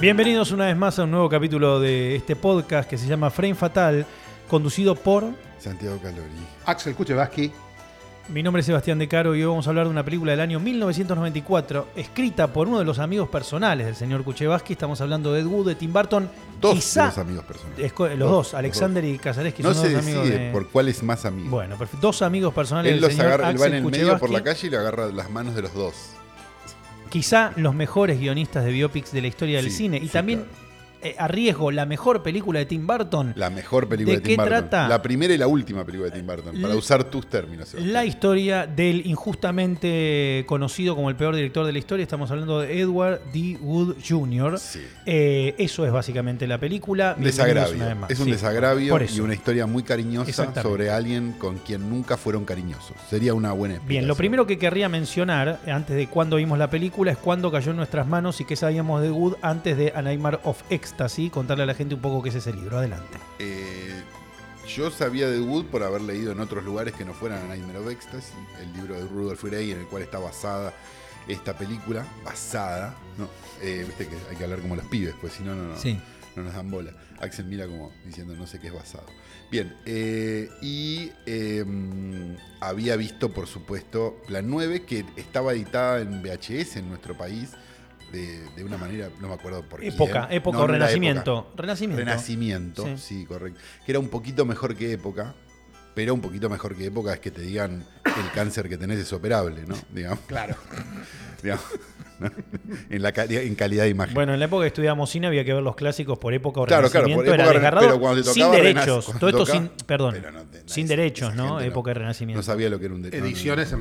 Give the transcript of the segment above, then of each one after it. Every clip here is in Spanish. Bienvenidos una vez más a un nuevo capítulo de este podcast que se llama Frame Fatal, conducido por. Santiago Calori. Axel Kuchevaski. Mi nombre es Sebastián De Caro y hoy vamos a hablar de una película del año 1994, escrita por uno de los amigos personales del señor Kuchevaski. Estamos hablando de Ed Wood, de Tim Burton. Dos Quizá- de los amigos personales. es co- los Dos, dos, los Alexander y Casares, que No son se dos amigos. decide de- por cuál es más amigo. Bueno, perfecto. dos amigos personales él del los señor agarra, él va en Axel el medio por la Kuchevaski. calle y le agarra las manos de los dos. Quizá los mejores guionistas de biopics de la historia del Sí, cine. Y sí, también claro. eh, a riesgo la mejor película de Tim Burton. La mejor película ¿De de, qué Tim Burton. trata? La primera y la última película de Tim Burton, para L- usar tus términos. Sebastián. La historia del injustamente conocido como el peor director de la historia, estamos hablando de Edward D. Wood Jr. Sí. Eh, eso es básicamente la película. Un Bienvenidos una vez Desagravio. más. Es un Sí, desagravio por eso. y una historia muy cariñosa Exactamente. sobre alguien con quien nunca fueron cariñosos. Sería una buena Bien, lo explicación. primero que querría mencionar, antes de cuándo vimos la película, es cuándo cayó en nuestras manos y qué sabíamos de Wood antes de An Nightmare of Ecstasy. Contarle a la gente un poco qué es ese libro. Adelante. Eh, yo sabía de Wood por haber leído en otros lugares que no fueran a Nightmare of Ecstasy, el libro de Rudolf Frey en el cual está basada esta película, basada, ¿no? Eh, Viste que hay que hablar como los pibes, pues si no, no, no, no nos dan bola. Axel mira como diciendo no sé qué es basado. Bien, eh, y eh, había visto por supuesto Plan 9 que estaba editada en VHS en nuestro país de, de una manera, no me acuerdo por qué. Época, época o renacimiento. renacimiento. Renacimiento, Sí. sí, correcto. Que era un poquito mejor que época, pero un poquito mejor que época es que te digan el cáncer que tenés es operable, ¿no? Digamos. Claro. en, la cali- en calidad de imagen. Bueno, en la época que estudiábamos cine había que ver los clásicos por época o Claro, claro, renacimiento, por era época, desgarrador, pero cuando te sin tocaba renac- derechos, cuando todo esto toca- sin, perdón, pero no te- sin esa- derechos, esa ¿no? gente no- Época de renacimiento. no sabía lo que era un de- no, no, Ediciones no, en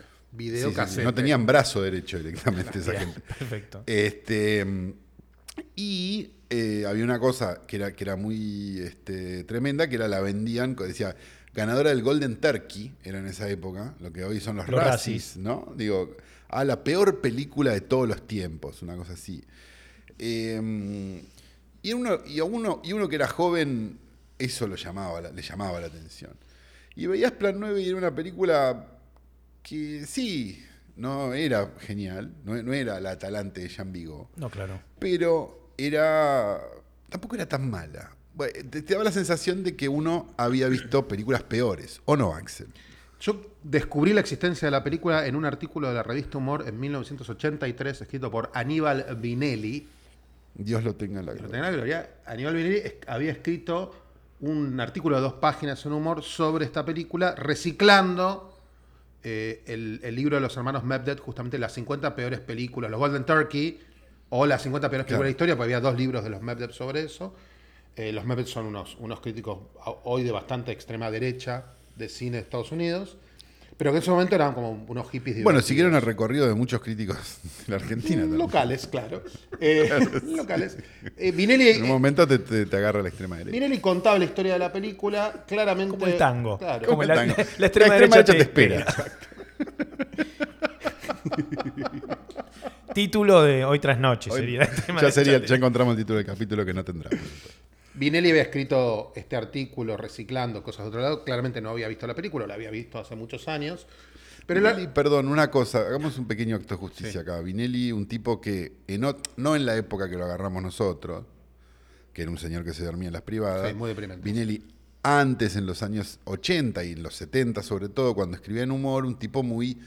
Sí, Video sí, sí, cassette. no tenían brazo derecho directamente esa gente. Perfecto. Este, y eh, había una cosa que era, que era muy este, tremenda, que era la vendían, co- decía, ganadora del Golden Turkey, era en esa época, lo que hoy son los, Los Razzies, ¿no? Digo, a la peor película de todos los tiempos, una cosa así. Eh, y, uno, y, a uno, y uno que era joven, eso lo llamaba, la- le llamaba la atención. Y veías Plan 9 y era una película que sí, no era genial, no, no era la talante de Jean Vigo, No, claro. pero era. tampoco era tan mala. Bueno, Te, te daba la sensación de que uno había visto películas peores, ¿o no, Axel? Yo descubrí la existencia de la película en un artículo de la revista Humor en 1983, escrito por Aníbal Vinelli. Dios lo tenga en la Que lo gloria. tenga la gloria. Aníbal Vinelli es- había escrito un artículo de dos páginas en Humor sobre esta película, reciclando eh, el, el libro de los hermanos Mebdet, justamente las 50 peores películas, los Golden Turkey, o las 50 peores películas Claro. de la historia, porque había dos libros de los Mebdet sobre eso. Eh, los Mebdet son unos, unos críticos a- hoy de bastante extrema derecha de cine de Estados Unidos, pero que en ese momento eran como unos hippies Bueno, divertidos. siguieron el recorrido de muchos críticos de la Argentina. Mm, también. Locales, claro. Eh, locales. Eh, Vinelli, En un momento te, te- te agarra la extrema derecha. Vinelli contaba la historia de la película, claramente. Como el tango. Claro. Como el la, tango. la extrema derecha te espera. Título de Hoy tras noche Hoy- sería la extrema ya, derecha sería- te- ya encontramos el título del capítulo que no tendrá. Vinelli había escrito este artículo reciclando cosas de otro lado. Claramente no había visto la película, la había visto hace muchos años. Pero Pero la- Vinelli, perdón, una cosa, hagamos un pequeño acto de justicia acá. Vinelli, un tipo que, en ot- no en la época que lo agarramos nosotros, que era un señor que se dormía en las privadas. Sí, muy deprimente. Vinelli, antes, en los años 80 y en los 70, sobre todo, cuando escribía en humor, un tipo muy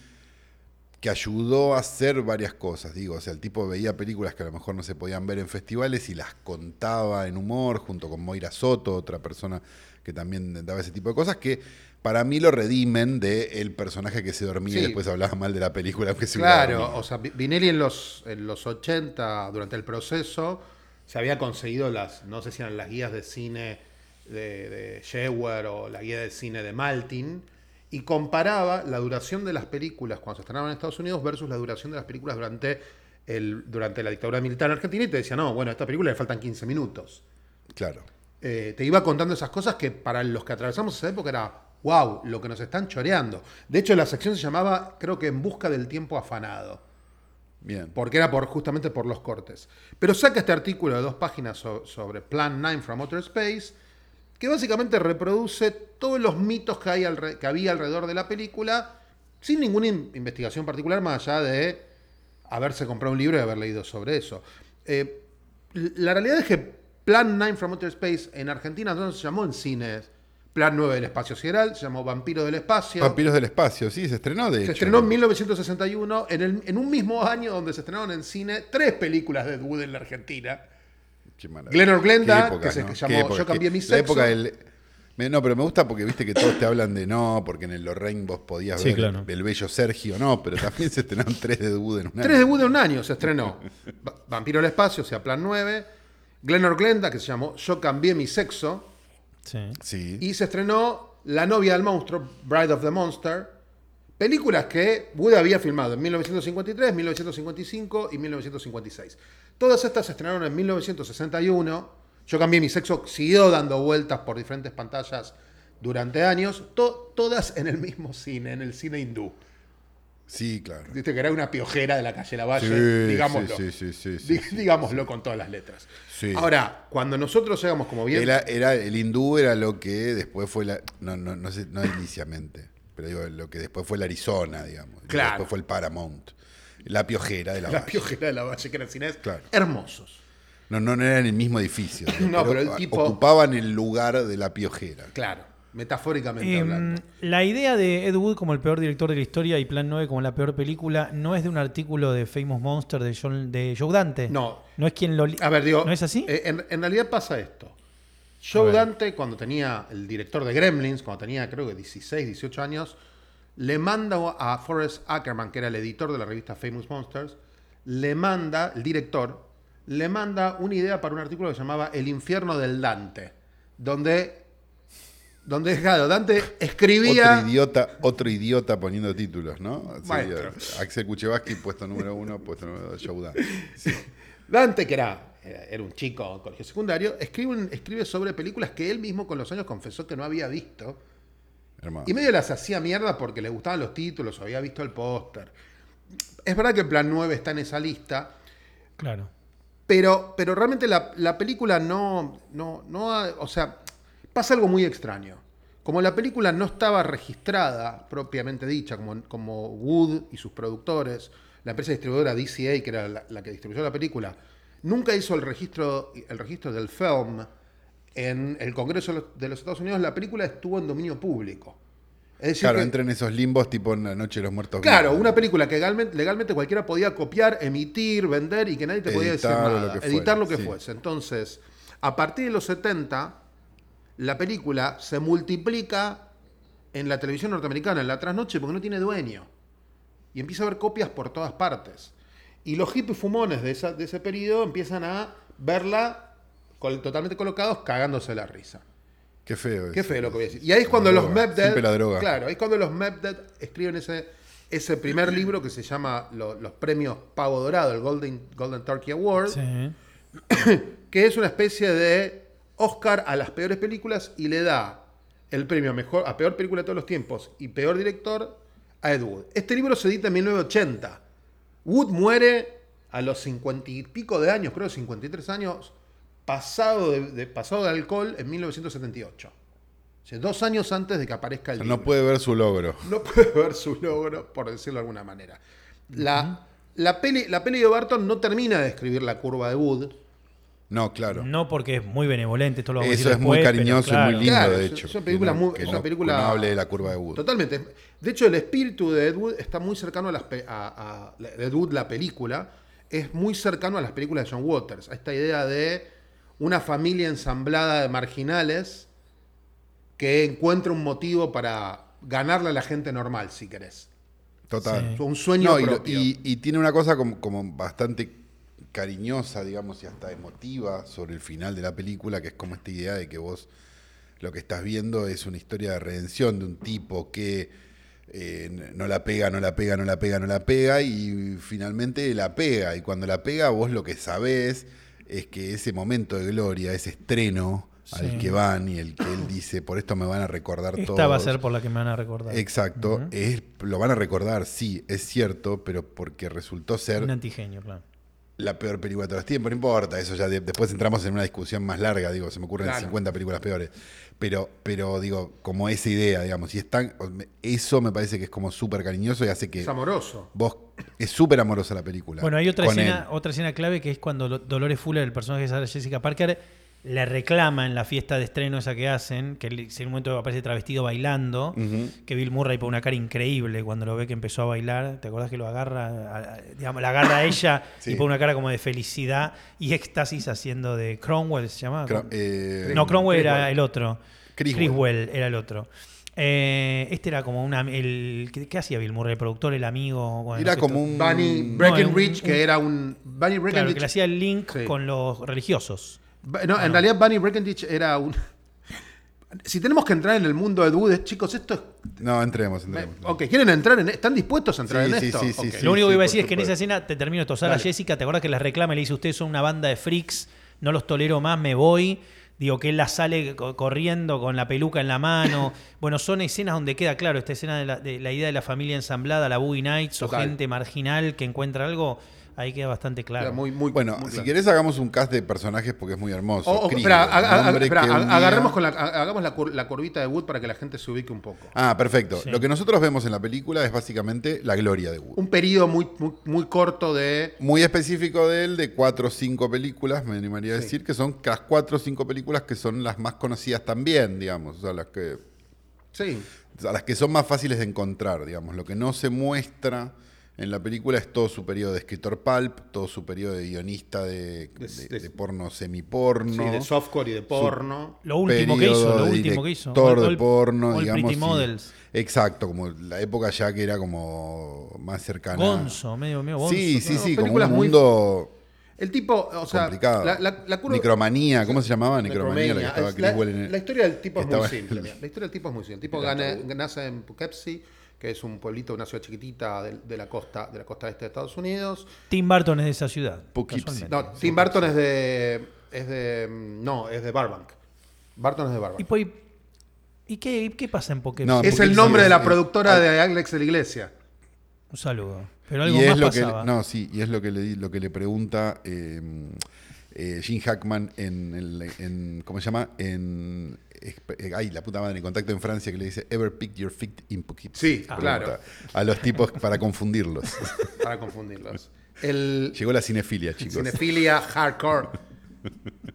que ayudó a hacer varias cosas, digo, o sea, el tipo veía películas que a lo mejor no se podían ver en festivales y las contaba en humor junto con Moira Soto, otra persona que también daba ese tipo de cosas que para mí lo redimen de el personaje que se dormía y Sí. después hablaba mal de la película que se hubiera claro, dormido. o sea, Vi- Vinelli en los, en los 80, durante el proceso, se había conseguido las, no sé si eran las guías de cine de, de Jewell o la guía de cine de Maltin, y comparaba la duración de las películas cuando se estrenaban en Estados Unidos versus la duración de las películas durante, el, durante la dictadura militar en Argentina, y te decía, no, bueno, a esta película le faltan 15 minutos. claro. eh, te iba contando esas cosas que para los que atravesamos esa época era, wow, lo que nos están choreando. De hecho, la sección se llamaba, creo que, En busca del tiempo afanado, Bien. porque era por, justamente por los cortes. Pero saca este artículo de dos páginas so- sobre Plan 9 from Outer Space, que básicamente reproduce todos los mitos que, hay alre- que había alrededor de la película, sin ninguna in- investigación particular, más allá de haberse comprado un libro y haber leído sobre eso. Eh, La realidad es que Plan 9 from Outer Space en Argentina entonces se llamó en cines Plan 9 del Espacio Sideral, se llamó Vampiro del Espacio. Vampiros del Espacio, sí, se estrenó de se hecho. estrenó en 1961, en, el- en un mismo año donde se estrenaron en cine tres películas de Wood en la Argentina. Qué maravilla. Glenn or Glenda, Qué época, que se ¿no? llamó Qué época, Yo cambié qué- mi La sexo. época del... me- No, pero me gusta porque viste que todos te hablan de no, porque en el Los Rainbows podías Sí, ver claro. el bello Sergio, no, pero también se estrenaron tres de Wood en un año. Tres de Wood en un año se estrenó. Va- Vampiro del Espacio, o sea, Plan 9. Glenn or Glenda, que se llamó Yo cambié mi sexo. Sí. Sí. Y se estrenó La novia del monstruo, Bride of the Monster. Películas que Wood había filmado en 1953, 1955 y 1956. Todas estas se estrenaron en 1961. Yo cambié mi sexo, siguió dando vueltas por diferentes pantallas durante años. To- todas en el mismo cine, en el cine hindú. Sí, claro. Viste que era una piojera de la calle Sí, Lavalle, digámoslo. sí, sí, sí, sí, Di- sí. digámoslo con todas las letras. Sí. Ahora, cuando nosotros llegamos como bien... Era, era- el hindú era lo que después fue la. No, no, no sé, no ilíciamente, pero digo, lo que después fue la Arizona, digamos. Lo que Claro. Después fue el Paramount. La piojera de la, La Valle. piojera de la Valle, que eran cines Claro. hermosos. No, no, no era en el mismo edificio. digo, No, pero el tipo- Ocupaban el lugar de la piojera. Claro, metafóricamente Em, hablando. la idea de Ed Wood como el peor director de la historia y Plan 9 como la peor película no es de un artículo de Famous Monster de, John, de Joe Dante. No. No es quien lo... li- A ver, digo. ¿No es así? eh, en, en realidad pasa esto. Joe ver. Dante, cuando tenía el director de Gremlins, cuando tenía creo que 16, 18 años, le manda a Forrest Ackerman, que era el editor de la revista Famous Monsters, le manda, el director, le manda una idea para un artículo que se llamaba El infierno del Dante, donde, donde claro, Dante escribía... Otro idiota, otro idiota poniendo títulos, ¿no? Sí, Maestro. Axel Kuchevaski, puesto número uno, puesto número dos, Shodan. Sí. Dante, que era, era era un chico en colegio secundario, escribe, un- escribe sobre películas que él mismo con los años confesó que no había visto. Hermano. Y medio las hacía mierda porque le gustaban los títulos, había visto el póster. Es verdad que Plan 9 está en esa lista, Claro. pero, pero realmente la, la película no, no, no ha- O sea, pasa algo muy extraño. Como la película no estaba registrada, propiamente dicha, como, como Wood y sus productores, la empresa distribuidora DCA, que era la, la que distribuyó la película, nunca hizo el registro, el registro del film en el Congreso de los- de los Estados Unidos, la película estuvo en dominio público. Es decir, Claro, que- entra en esos limbos tipo en la noche de los muertos. Claro, Vivos. una película que legalmente, legalmente cualquiera podía copiar, emitir, vender y que nadie te podía decir Editar o nada. lo que fuera, editar lo que sí. fuese. Entonces, a partir de los 70, la película se multiplica en la televisión norteamericana, en la trasnoche, porque no tiene dueño. Y empieza a haber copias por todas partes. Y los hippies fumones de, esa- de ese periodo empiezan a verla col- totalmente colocados, cagándose la risa. Qué feo. Qué eso. feo lo que voy a decir. Y ahí es cuando La los droga, Mapdead. Siempre la droga. Claro, ahí es cuando los Mapdead escriben ese, ese primer libro que se llama lo- Los premios Pavo Dorado, el Golden, Golden Turkey Award, Sí. que es una especie de Oscar a las peores películas y le da el premio a, mejor, a peor película de todos los tiempos y peor director a Ed Wood. Este libro se edita en 1980. Wood muere a los 50 y pico de años, creo 53 años, pasado de, de- pasado de alcohol en 1978. O sea, dos años antes de que aparezca el No libro. puede ver su logro. No puede ver su logro, por decirlo de alguna manera. La, la, peli, la peli de Barton no termina de describir la curva de Wood. No, claro. No porque es muy benevolente, esto lo vamos a Eso decir es muy después, pero cariñoso y claro. muy lindo, Claro, de es- hecho. es una película Que muy- que es no, una película- que no hable de la curva de Wood. Totalmente. De hecho, el espíritu de Ed Wood está muy cercano a las pe- a- a- la- de Ed Wood, la película, es muy cercano a las películas de John Waters. A esta idea de una familia ensamblada de marginales que encuentra un motivo para ganarle a la gente normal, si querés. Total. Sí. Un sueño No, y, lo- propio. y- y tiene una cosa como, como bastante cariñosa, digamos, y hasta emotiva sobre el final de la película, que es como esta idea de que vos lo que estás viendo es una historia de redención de un tipo que eh, no la pega, no la pega, no la pega, no la pega, y finalmente la pega. Y cuando la pega, vos lo que sabés es que ese momento de gloria, ese estreno Sí. al que van y el que él dice, por esto me van a recordar Esta todos. va a ser por la que me van a recordar. Exacto, Ujú. es, lo van a recordar, sí, es cierto, pero porque resultó Un ser antigenio, claro. la peor película de todos los tiempos, no importa, eso ya de- después entramos en una discusión más larga, digo, se me ocurren Claro. 50 películas peores, pero, pero digo, como esa idea, digamos, y es tan, eso me parece que es como súper cariñoso y hace que Es amoroso. vos, es súper amorosa la película. Bueno, hay otra con escena, él. otra escena clave que es cuando Lo- Dolores Fuller, el personaje de Sarah Jessica Parker, le reclama en la fiesta de estreno esa que hacen, que él- en un momento aparece travestido bailando, Ujú. que Bill Murray pone una cara increíble cuando lo ve que empezó a bailar, ¿te acordás que lo agarra, a- a- digamos, la agarra a ella Sí. y pone una cara como de felicidad y éxtasis haciendo de Cromwell, se llamaba. Cro- eh, Ah, no, Cromwell era Criswell. el otro. Criswell. Criswell era el otro. Eh, este era como una, el, ¿qué, qué hacía Bill Murray? El productor, el amigo. bueno, Era que como esto- un... Bunny Mm, No, un- Breckenridge, que era un. Bunny Claro, Breckenridge. que le hacía Ah, el link Sí. con los religiosos. Ba- No, en realidad Bunny Breckenridge era un. Si tenemos que entrar en el mundo de dudes, chicos, esto es. No, entremos, entremos. Ok, ¿quieren entrar en e-, ¿Están dispuestos a entrar Sí, en sí, esto? sí, sí, Ok. sí. Lo único que iba a por decir es que en supuesto. esa escena te termino de tosar a Dale. Jessica. ¿Te acordás que las reclama? Le dice, ustedes son una banda de freaks, no los tolero más, me voy. Digo que él la sale co- corriendo con la peluca en la mano. bueno, son escenas donde queda claro esta escena de la, de la idea de la familia ensamblada, la Boogie Nights o Total. gente marginal que encuentra algo. Ahí queda bastante claro. Era muy, muy, Bueno, muy si claro. querés hagamos un cast de personajes porque es muy hermoso. O- o- Criswell, espera, un aga- aga- hombre espera, que un aga- día- agarremos con la, ha- hagamos la, cur- la curvita de Wood para que la gente se ubique un poco. Ah, perfecto. Sí. Lo que nosotros vemos en la película es básicamente la gloria de Wood. Un periodo muy, muy, muy corto de. Muy específico de él, de cuatro o cinco películas, me animaría a Sí. decir, que son las cuatro o cinco películas que son las más conocidas también, digamos, o sea, las que, Sí. o sea, las que son más fáciles de encontrar, digamos. Lo que no se muestra en la película es todo su periodo de escritor pulp, todo su periodo de guionista de, De- de- de- de porno semiporno. Sí, de softcore y de porno. lo último que periodo hizo, lo de último que hizo. director All- de all- porno, all digamos. Pretty y- Models. Exacto, como la época ya que era como más cercana. Gonzo, medio, medio Gonzo. Sí, sí, No, sí, como películas un muy- mundo El tipo, o sea, complicado. la, la, la curva- Necromanía, ¿cómo se llamaba? Necromanía, la que Necromania. estaba Es- la, Criswell en el- la historia del tipo es muy estaba- simple. mira. La historia del tipo es muy simple. El tipo Era gana- tabú. nace en Poughkeepsie, que es un pueblito, una ciudad chiquitita de, de la costa de la costa este de Estados Unidos. Tim Burton es de esa ciudad. Poughkeepsie. casualmente. No, Tim Burton es de es de mm, no, es de Barbank. Barton es de ¿Y, Barbank. pues, ¿y qué, y qué pasa en Pokémon? No, Es Poughkeepsie el nombre de la es- productora de Alex de la Iglesia. Un saludo. Pero algo y más es lo pasaba. que no sí y es lo que le di- lo que le pregunta eh, eh, Gene Hackman en, el- en- cómo se llama en exp- eh, ay la puta madre en contacto en Francia que le dice ever pick your feet in Poughkeepsie Sí, Pregunta claro. a los tipos para confundirlos Para confundirlos. El llegó la cinefilia chicos cinefilia hardcore.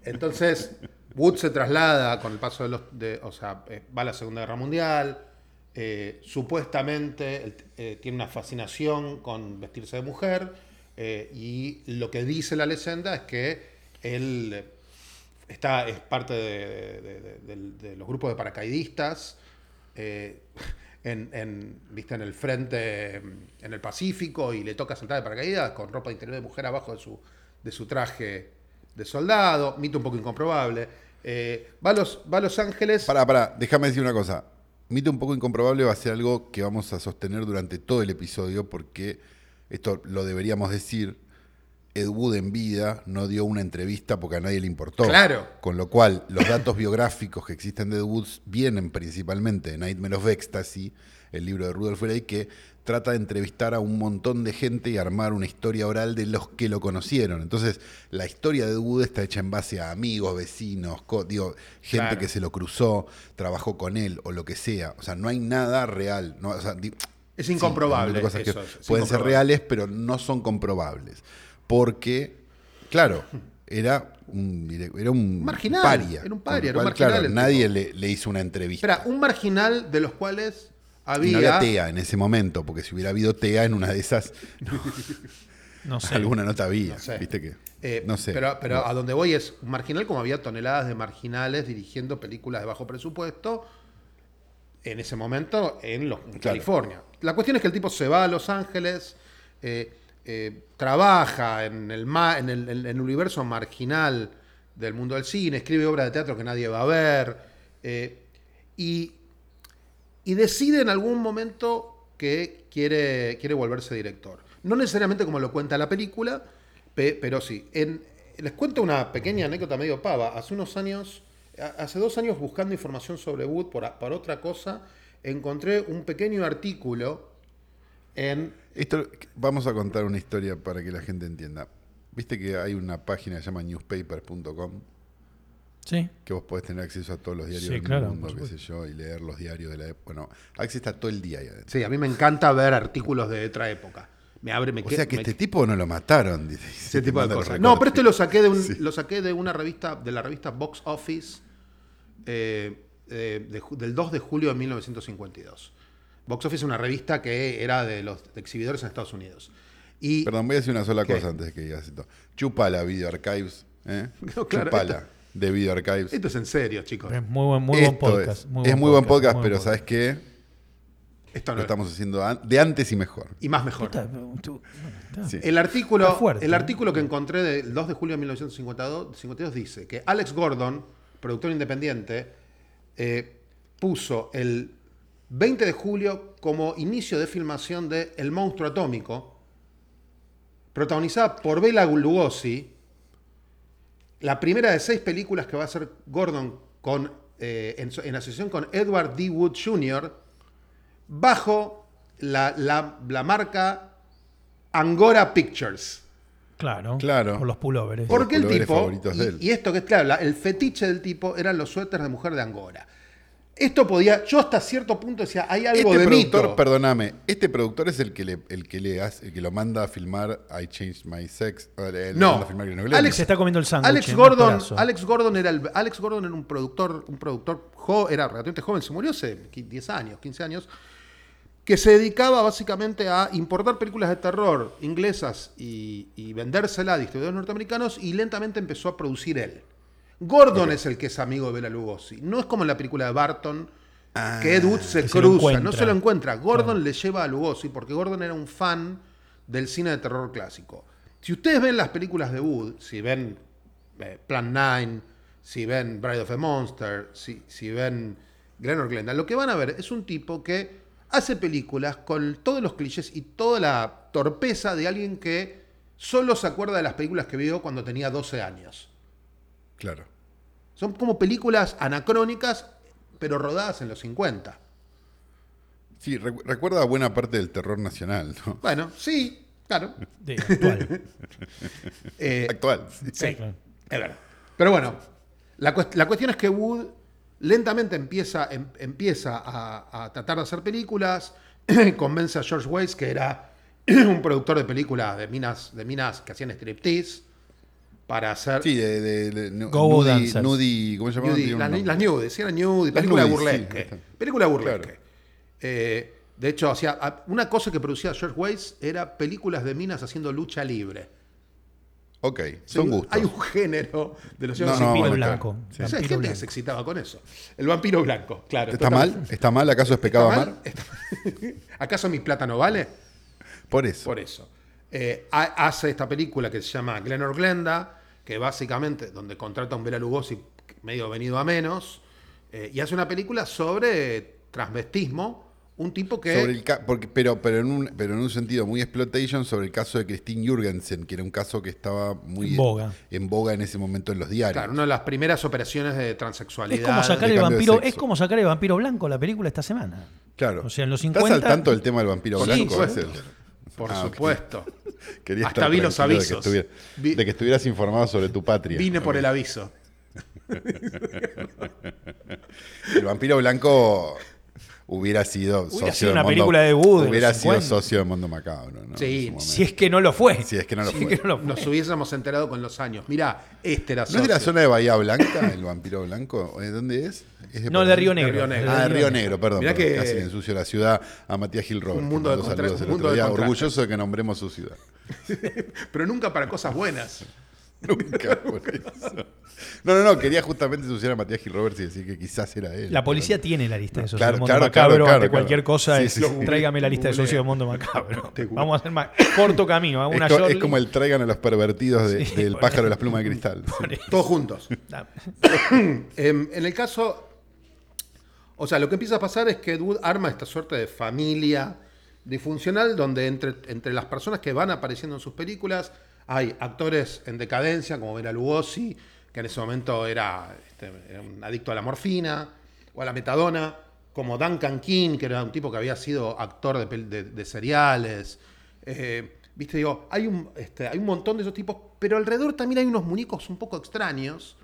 Entonces, Wood se traslada con el paso de los. de- o sea, eh, va a la Segunda Guerra Mundial. eh, supuestamente el- eh, tiene una fascinación con vestirse de mujer. eh, y lo que dice la leyenda es que él eh, está, es parte de, de- de- de- de los grupos de paracaidistas. eh, en, en, viste, en el frente, mm, en el Pacífico, y le toca saltar de paracaídas con ropa de interior de mujer abajo de su, de su traje de soldado, mito un poco incomprobable. Eh, va, a los, va a Los Ángeles. Pará, pará, déjame decir una cosa. Mito un poco incomprobable va a ser algo que vamos a sostener durante todo el episodio porque esto lo deberíamos decir. Ed Wood en vida no dio una entrevista porque a nadie le importó. Claro. Con lo cual, los datos biográficos que existen de Ed Wood vienen principalmente de Nightmare of Ecstasy, el libro de Rudolf Frey, que trata de entrevistar a un montón de gente y armar una historia oral de los que lo conocieron. Entonces, la historia de Ed Wood está hecha en base a amigos, vecinos, co- digo, gente Claro. que se lo cruzó, trabajó con él o lo que sea. O sea, no hay nada real. No, o sea, di- Es sí, incomprobable, hay cosas que eso es, es pueden ser incomprobable. reales, pero no son comprobables. Porque, claro, era un, dire- era un Marginal, paria. era Con un paria, lo era un cual, marginal claro, el nadie tipo. le, le hizo una entrevista. Espera, un marginal de los cuales Y había. no había TEA en ese momento, porque si hubiera habido TEA en una de esas, No sé. alguna nota había. No sé. ¿Viste que? Eh, no sé. Pero, pero a donde voy es un marginal, como había toneladas de marginales dirigiendo películas de bajo presupuesto en ese momento en, los, en Claro. California. La cuestión es que el tipo se va a Los Ángeles, eh, eh, trabaja en el, ma- en, el, en el universo marginal del mundo del cine, escribe obras de teatro que nadie va a ver, eh, y, y decide en algún momento que quiere, quiere volverse director. No necesariamente como lo cuenta la película, pe- pero sí. En- les cuento una pequeña anécdota medio pava. Hace unos años, a- hace dos años buscando información sobre Wood por, a- por otra cosa, encontré un pequeño artículo en... Esto, vamos a contar una historia para que la gente entienda. Viste que hay una página que se llama newspaper.com Sí. que vos podés tener acceso a todos los diarios Sí, del claro, mundo, por qué sé yo, y leer los diarios de la época. Bueno, Axis está todo el día ahí adentro. Sí, a mí me encanta ver artículos de otra época. Me abre, me O que- sea que me- este tipo no lo mataron, dice. ese tipo de Manda los cosas. recortes. No, pero este lo saqué de un, lo saqué de una revista, de la revista Box Office eh, eh, de ju- del 2 de julio de 1952. Box Office es una revista que era de los exhibidores en Estados Unidos. Y Perdón, voy a decir una sola ¿Qué? cosa antes de que digas esto. Chupala, Video Archives. ¿eh? No, claro, Chupala, esto- de Video Archives. esto es en serio, chicos. Es muy buen, muy buen Esto podcast. Es Es muy buen podcast, muy pero buen ¿sabes qué? Esto Lo no estamos haciendo an- de antes y mejor. y más mejor. podcast. Está- tú- está. Sí. El artículo, Está fuerte, el ¿eh? artículo que encontré del 2 de julio de 1952 52 dice que Alex Gordon, productor independiente, eh, puso el 20 de julio como inicio de filmación de El monstruo atómico, protagonizada por Bela Lugosi, la primera de seis películas que va a hacer Gordon con, eh, en, so- en asociación con Edward D. Wood Jr., bajo la- la- la marca Angora Pictures. Claro, Claro. Por los pulóveres. Por- Porque el colores tipo. favoritos y- de él. Y, esto que es claro, la- el fetiche del tipo eran los suéteres de mujer de Angora. Esto podía. Yo hasta cierto punto decía, hay algo Este de productor, mito. perdóname, este productor es el que le, el que le hace, el que lo manda a filmar I Changed My Sex. eh, le No. manda a filmar Green Goblin. Alex se está comiendo el sándwich. Alex en un Gordon, pedazo. Alex Gordon era el- Alex Gordon era un productor, un productor jo- era relativamente joven, se murió hace qui- 10 años, 15 años, que se dedicaba básicamente a importar películas de terror inglesas y, y vendérselas a distribuidores norteamericanos y lentamente empezó a producir él. Gordon es el que es amigo de Bela Lugosi. No es como en la película de Barton, que Ed Wood se Ah, que se lo cruza, no encuentra. se lo encuentra. Gordon le lleva a Lugosi porque Gordon era un fan del cine de terror clásico. Si ustedes ven las películas de Wood, si ven eh, Plan 9, si ven Bride of a Monster, si, si ven Glenor Glenda, lo que van a ver es un tipo que hace películas con todos los clichés y toda la torpeza de alguien que solo se acuerda de las películas que vio cuando tenía 12 años. Claro. Son como películas anacrónicas, pero rodadas en los 50. Sí, recu- recuerda a buena parte del terror nacional, ¿no? Bueno, sí, claro. De- actual. Eh, Actual. sí. sí, claro. es verdad. Pero bueno, la, cuest- la cuestión es que Wood lentamente empieza, em- empieza a, a tratar de hacer películas, convence a George Weiss, que era un productor de películas de minas, de minas que hacían striptease, para hacer Sí, de, de- de- nu- Go nudie- Dancers. nudie- ¿cómo se llama? Nudie, Tiene un las, nombre. las nudes, sí, eran nudes, película nudes, burlesque. sí, ahí está. película burlesque. Claro. Eh, de hecho, hacía- a- una cosa que producía George Weiss era películas de minas haciendo lucha libre. Ok, Sí, son gustos. Hay un género de los No, años no, Vampiro bueno, blanco. claro. O sea, hay Vampiro gente que blanco. se excitaba con eso. El vampiro blanco, claro. ¿Está mal? ¿Está mal? ¿Acaso es pecado ¿Está amar? mal? ¿Acaso mi plata no vale? Por eso. Por eso. Eh, ha- hace esta película que se llama Glenor Glenda, que básicamente, donde contrata a un Bela Lugosi medio venido a menos, eh, y hace una película sobre transvestismo, un tipo que... Sobre el ca- porque, pero, pero, en un, pero en un sentido muy exploitation sobre el caso de Christine Jurgensen, que era un caso que estaba muy En boga. en boga en ese momento en los diarios. Claro, una de las primeras operaciones de transexualidad. Es como sacar de el cambio de vampiro, sexo. es como sacar el vampiro blanco la película esta semana. Claro. O sea, en los ¿Estás 50? al tanto del tema del vampiro Sí, blanco? por Es el- Por Ah, ok. supuesto. Quería Hasta estar vi los tranquilo avisos. De que, estuviera- Vi- de que estuvieras informado sobre tu patria. Vine por el aviso. El vampiro blanco hubiera sido socio sido de una Mondo- película de Wood en Hubiera los sido 50. socio de Mundo Macabro. ¿no? Sí, En ese Si momento. es que no lo fue. Si es que no lo Si fue. es que no lo fue. Nos hubiésemos enterado con los años. Mirá, este era ¿No es de la socio. zona de Bahía Blanca, el vampiro blanco? ¿Eh, ¿Dónde es? ¿Es No, por de ahí? Río Negro. Río Negro. Ah, de Río Negro, perdón. Mirá perdón, que- Casi le ensucio la ciudad a Matías Gil Robert. Un que mundo de mandó contra- saludos un el mundo otro de día. contrastes. Orgulloso de que nombremos su ciudad. Pero nunca para cosas buenas. Nunca por eso. No, no, no. Quería justamente ensuciar a Matías Gil Roberts y decir que quizás era él. La policía tiene la lista de socios Claro, del mundo claro, macabro. claro, claro, ante cualquier claro. cosa, Sí, es, sí, sí. tráigame la lista de Google. socios del mundo macabro. Te Google. Vamos a hacer más corto camino. Hago Es, una co- es shortlist. como el traigan a los pervertidos de- Sí, del por pájaro eso. de las plumas de cristal. Todos juntos. Da- Em, en el caso, o sea, lo que empieza a pasar es que Ed Wood arma esta suerte de familia disfuncional donde entre, entre las personas que van apareciendo en sus películas hay actores en decadencia, como Vera Lugosi, que en ese momento era, este, era un adicto a la morfina o a la metadona, como Duncan King, que era un tipo que había sido actor de, pel- de- de seriales. Eh, Viste, digo, hay un, este, hay un montón de esos tipos, pero alrededor también hay unos muñecos un poco extraños,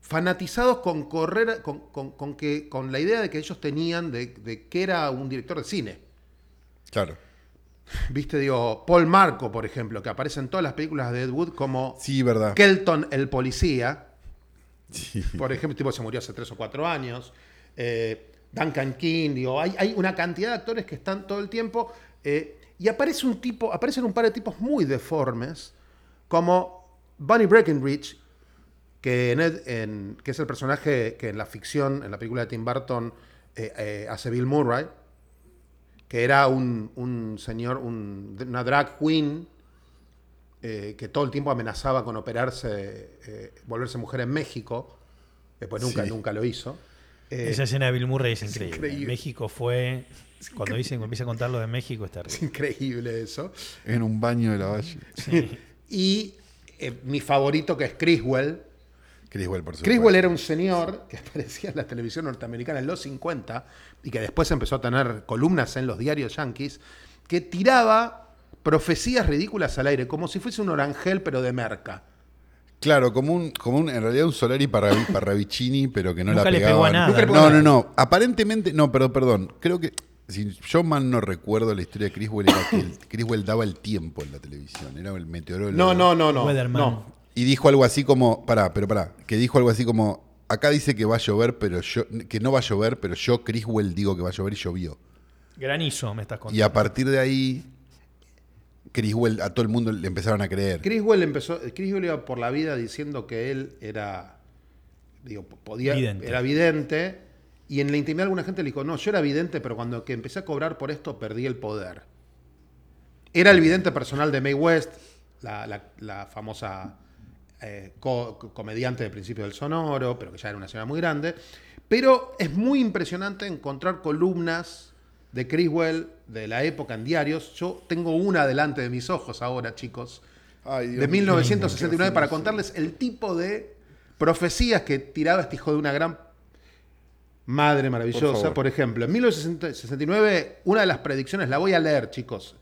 fanatizados con correr, con, con- con que, con la idea de que ellos tenían de, de que era un director de cine. Claro. Viste, digo, Paul Marco, por ejemplo, que aparece en todas las películas de Ed Wood como Sí, verdad. Kelton el policía. Sí. Por ejemplo, el tipo se murió hace tres o cuatro años. Eh, Duncan King, digo, hay, hay una cantidad de actores que están todo el tiempo. eh, y aparece un tipo, aparecen un par de tipos muy deformes, como Bunny Breckenridge, que, en Ed- en- que es el personaje que en la ficción, en la película de Tim Burton, eh, eh, hace Bill Murray, que era un, un señor, un- una drag queen, eh, que todo el tiempo amenazaba con operarse, eh, volverse mujer en México. Después nunca, Sí. nunca lo hizo. Eh, Esa escena de Bill Murray es increíble. increíble. México fue. Cuando dicen, empieza a contar lo de México, está es terrible. increíble eso. En un baño de la valle. Y eh, mi favorito, que es Criswell. Criswell, por supuesto. Criswell era un señor que aparecía en la televisión norteamericana en los 50 y que después empezó a tener columnas en los diarios yankees, que tiraba profecías ridículas al aire, como si fuese un orangel pero de merca. Claro, como un, como un, en realidad un Solari para, para Vicini, pero que no Nunca la le pegaba. pegó a nada. Nunca le pegó a No, no, nada. no. Aparentemente, no, pero perdón. Creo que, si yo mal no recuerdo la historia de Criswell, era que el- Criswell daba el tiempo en la televisión. Era el meteorólogo. No, no, no, no. Weatherman. no. Y dijo algo así como, pará, pero pará, que dijo algo así como, acá dice que va a llover, pero yo, que no va a llover, pero yo, Criswell, digo que va a llover y llovió. Granizo, me estás Y contando. a partir de ahí, Criswell, a todo el mundo le empezaron a creer. Criswell empezó, Criswell iba por la vida diciendo que él era, digo, po- podía, Vidente. era vidente, y en la intimidad alguna gente le dijo, no, yo era vidente, pero cuando que empecé a cobrar por esto perdí el poder. Era el vidente personal de May West, la, la- la famosa eh, co- co- comediante de principio del sonoro, pero que ya era una señora muy grande. Pero es muy impresionante encontrar columnas de Criswell de la época en diarios. Yo tengo una delante de mis ojos ahora, chicos, Ay, Dios de mío, 1969, para qué contarles el tipo de profecías que tiraba este hijo de una gran madre Por maravillosa. favor. Por ejemplo, en 1969, una de las predicciones, la voy a leer, chicos,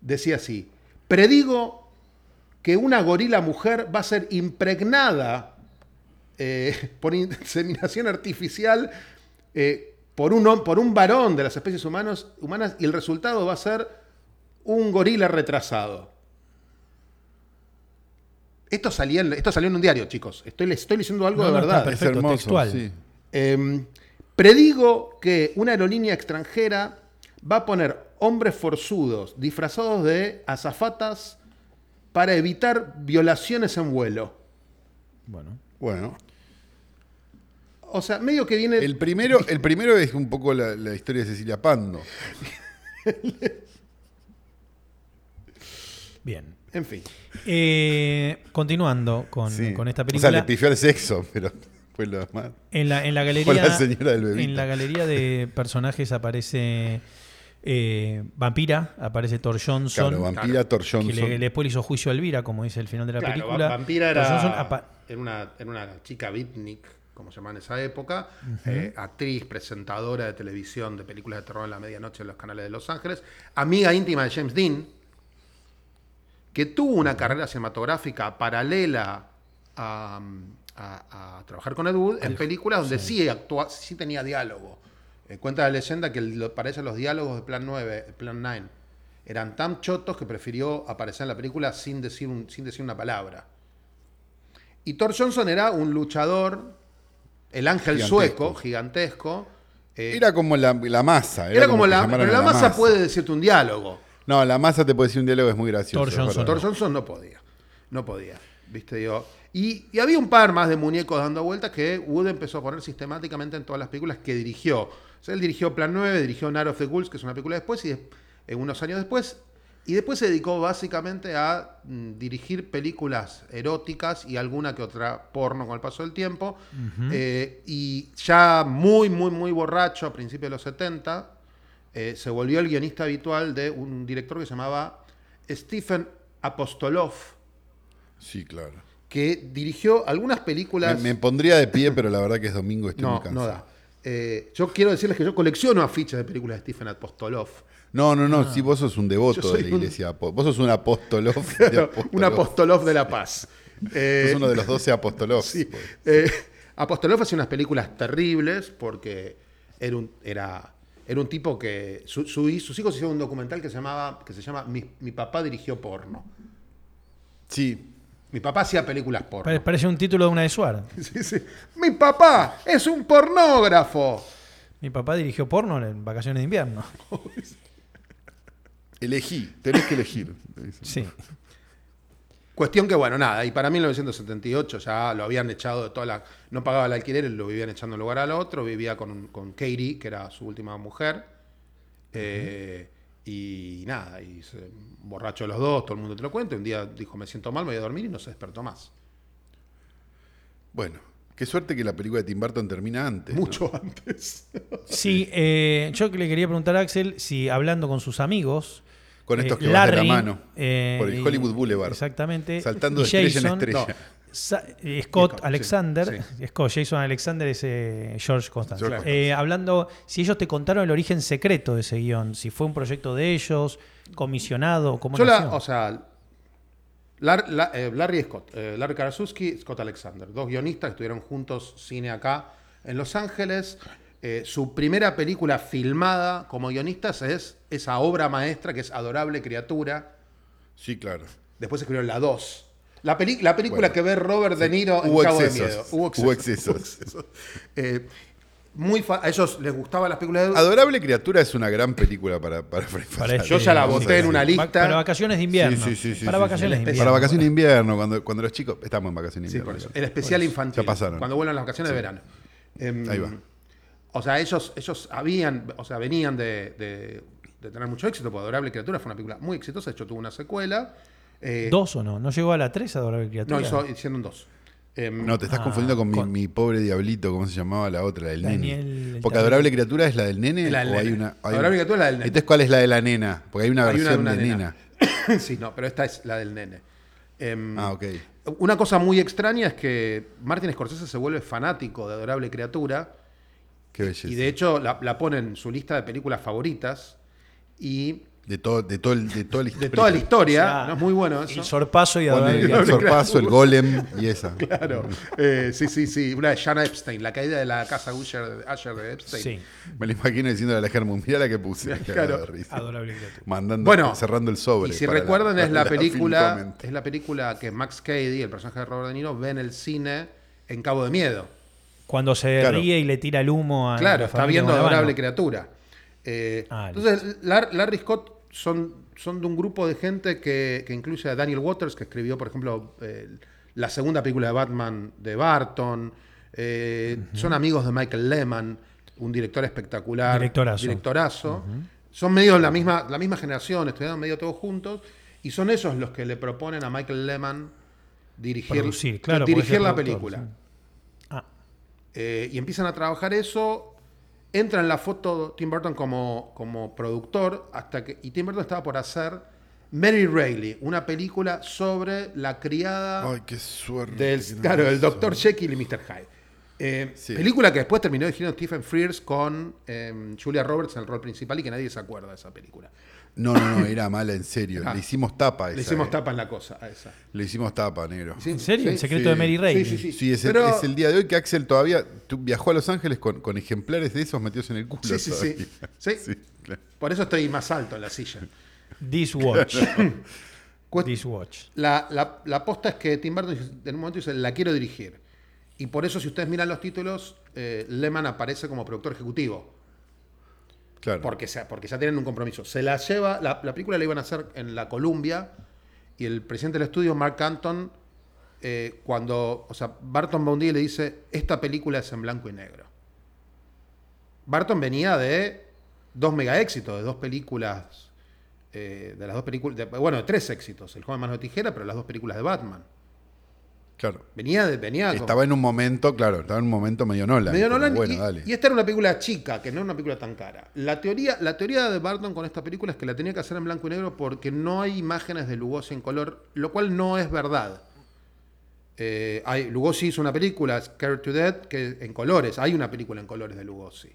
decía así, predigo que una gorila mujer va a ser impregnada eh, por inseminación artificial eh, por, un, hom- por un varón de las especies humanos, humanas y el resultado va a ser un gorila retrasado. Esto, salía en, esto salió en un diario, chicos. Estoy, le- estoy leyendo algo No, de no, está verdad. Es perfecto, hermoso, textual. sí. Eh, predigo que una aerolínea extranjera va a poner hombres forzudos disfrazados de azafatas para evitar violaciones en vuelo. Bueno. Bueno, O sea, medio que viene... el primero, el primero es un poco la, la historia de Cecilia Pando. Bien. En fin. Eh, continuando con, con esta película. O sea, le pifió al sexo, pero fue lo más. En la, en la galería. Con la señora del bebito. en la galería de personajes aparece eh, Vampira, aparece Thor Johnson. Claro, Vampira, Thor que Johnson. le, después le hizo juicio a Elvira, como dice el final de la Claro, película. Va- Vampira Thor Johnson era, apa- era una, era una chica beatnik, como se llamaba en esa época, eh, actriz, presentadora de televisión de películas de terror en la medianoche en los canales de Los Ángeles, amiga íntima de James Dean, que tuvo una carrera cinematográfica paralela a, a- a trabajar con Ed Wood en películas donde sí, actua- sí tenía diálogo. Eh, cuenta la leyenda que el- lo- para ella los diálogos de Plan 9, de Plan 9, eran tan chotos que prefirió aparecer en la película sin decir, un- sin decir una palabra. Y Thor Johnson era un luchador, el ángel Gigantesco. sueco, gigantesco. eh, Era como la, la masa. era como que la, llamaron pero a la masa puede decirte un diálogo. No, la masa te puede decir un diálogo, es muy gracioso. Thor es Johnson. verdad. Thor Johnson no podía. No podía. ¿Viste? Digo, y, y había un par más de muñecos dando vueltas que Wood empezó a poner sistemáticamente en todas las películas que dirigió. O sea, él dirigió Plan 9, dirigió Night of the Ghouls, que es una película después, y de- eh, unos años después. Y después se dedicó básicamente a mm, dirigir películas eróticas y alguna que otra porno con el paso del tiempo. Eh, y ya muy, muy, muy borracho a principios de los 70, eh, se volvió el guionista habitual de un director que se llamaba Stephen Apostolov, Sí, claro. que dirigió algunas Me, películas. me pondría de pie, pero la verdad que es domingo, estoy no, muy cansado. no da. Eh, yo quiero decirles que yo colecciono afiches de películas de Stephen Apostolov. No, no, Ah. no, sí, vos sos un devoto Yo de soy la un- iglesia. apo- Vos sos un apóstolo. un Apostolov de la paz. Eh, Sos uno de los 12 apóstolos. Sí. Eh, Apostolov hacía unas películas terribles porque era un, era, era un tipo que. su- su- sus hijos hicieron un documental que se, llamaba, que se llama mi, Mi papá dirigió porno. Sí. Mi papá hacía películas porno. Pare- Parece un título de una de Suar. Sí, sí. Mi papá es un pornógrafo. Mi papá dirigió porno en vacaciones de invierno. Elegí, tenés que elegir. te dicen. Sí. Cuestión que, bueno, nada, y para 1978 ya lo habían echado de toda la. No pagaba el alquiler, lo vivían echando de un lugar al otro, vivía con, con Katie, que era su última mujer. eh, Y nada, y se- borracho los dos, todo el mundo te lo cuenta. y Un día dijo, me siento mal, me voy a dormir y no se despertó más. Bueno, qué suerte que la película de Tim Burton termina antes. ¿no? Mucho antes. Sí, eh, yo que le quería preguntar a Axel si hablando con sus amigos. Con estos eh, que van de la Larry, mano, eh, por el y- Hollywood Boulevard. Exactamente. Saltando y de estrella en Jason, estrella. No. Sa- eh, Scott, Scott, sí, Alexander, eh, Scott, Jason Alexander es eh, George Constance. George Claro. Eh, hablando, si ellos te contaron el origen secreto de ese guión, si fue un proyecto de ellos, comisionado, cómo Yo la, nació. o sea, Lar- la- eh, Larry Scott, eh, Larry Karasuski, Scott Alexander, dos guionistas que estuvieron juntos cine acá en Los Ángeles. Eh, su primera película filmada como guionistas es esa obra maestra que es Adorable Criatura. Sí, claro. Después escribieron la 2. La, peli- la película Bueno. que ve Robert De Niro en Hubo Cabo de excesos. Miedo. Hubo excesos. Hubo excesos. Eh, muy fa- a ellos les gustaban las películas de... Adorable Criatura es una gran película para para, para Para Yo ya la boté en una Va- lista. Para vacaciones de invierno. Sí, sí, sí, sí, para sí, vacaciones sí. de invierno. Para vacaciones de invierno, cuando, cuando los chicos. Estamos en vacaciones de Sí, por invierno. eso. El especial infantil. Ya pasaron. Cuando vuelvan las vacaciones de verano. Em, Ahí va. O sea, ellos, ellos habían, o sea, venían de, de- de tener mucho éxito, porque Adorable Criatura fue una película muy exitosa, de hecho tuvo una secuela. Eh, ¿Dos o no? ¿No llegó a la tres Adorable Criatura? No, hizo, hicieron dos. Em, No, te estás Ah, confundiendo con, mi- con- Mi, pobre diablito, ¿cómo se llamaba la otra? La del Daniel, nene. el Porque tabú. Adorable Criatura es la del nene. Es la del o nene. hay una, hay Adorable una- Criatura es la del nene. Entonces, ¿cuál es la de la nena? Porque hay una hay versión una de, nena. sí, no, pero esta es la del nene. Em, Ah, ok. Una cosa muy extraña es que Martin Scorsese se vuelve fanático de Adorable Criatura. Qué belleza. Y de de, hecho la, la pone en su lista de películas favoritas. Y todo, de, todo el, de toda la historia. de toda la historia, O sea, ¿no? Es muy bueno eso. El sorpaso y Pone Adorable el, Criatura. sorpaso, el golem y esa. Claro, Eh, sí, sí, sí. Una de Shanna Epstein, la caída de la casa Usher, Asher de Epstein. Sí, Me lo imagino diciendo a la Germán, mira la que puse. Claro. de risa. Adorable Criatura. Mandando, Bueno, cerrando el sobre. Y si para recuerdan, es la, para película, Filmcoment. es la película que Max Cady, el personaje de Robert De Niro, ve en el cine en Cabo de Miedo. Cuando se Claro. ríe y le tira el humo a Claro, la está familia viendo Bonavano. Adorable Criatura. Eh, Ah, entonces, Lar- Larry Scott son, son de un grupo de gente que, que incluye a Daniel Waters, que escribió, por ejemplo, eh, la segunda película de Batman de Barton. Eh, Son amigos de Michael Lehman, un director espectacular. Directorazo. directorazo. Son medio la misma, la misma generación, estudiaron medio todos juntos. Y son ellos los que le proponen a Michael Lehman dirigir, Producir, claro, porque es dirigir el la productor, película. sí. Ah, Eh, y empiezan a trabajar eso. Entra en la foto Tim Burton como, como productor hasta que y Tim Burton estaba por hacer Mary Rayleigh, una película sobre la criada Ay, qué suerte. del que no claro, me el hizo. Dr. Jekyll y Mr. Hyde. Eh, Sí. Película que después terminó dirigiendo Stephen Frears con eh, Julia Roberts en el rol principal y que nadie se acuerda de esa película. No, no, no, era mala, en serio. Ah. Le hicimos tapa a esa. Le hicimos eh. tapa en la cosa a esa. Le hicimos tapa, negro. Sí, ¿En serio? sí, el secreto sí. de Mary Ray. Sí, sí, sí. Sí, es el, Pero- es el día de hoy que Axel todavía tú- viajó a Los Ángeles con, con ejemplares de esos metidos en el culo. Sí, sí, sí. todavía. Sí. claro. Por eso estoy más alto en la silla. This Watch. Cuest- This Watch. La, la, la posta es que Tim Burton en un momento dice, la quiero dirigir. Y por eso, si ustedes miran los títulos, eh, Lehman aparece como productor ejecutivo. Claro. Porque, se- porque ya tienen un compromiso. Se la lleva, la, la película la iban a hacer en la Columbia. Y el presidente del estudio, Mark Anton, eh, cuando, o sea, Barton va un día y le dice, esta película es en blanco y negro. Barton venía de dos mega éxitos, de dos películas, eh, de las dos películas, de- bueno, de tres éxitos, El joven mano de tijera, pero las dos películas de Batman. claro. Venía de, venía como- Estaba en un momento, claro, estaba en un momento medio Nolan. medio como, Nolan, Bueno, y, dale. y esta era una película chica, que no era una película tan cara. La teoría, la teoría de Barton con esta película es que la tenía que hacer en blanco y negro porque no hay imágenes de Lugosi en color, lo cual no es verdad. Eh, hay, Lugosi hizo una película, Scared to Death, que en colores. Hay una película en colores de Lugosi.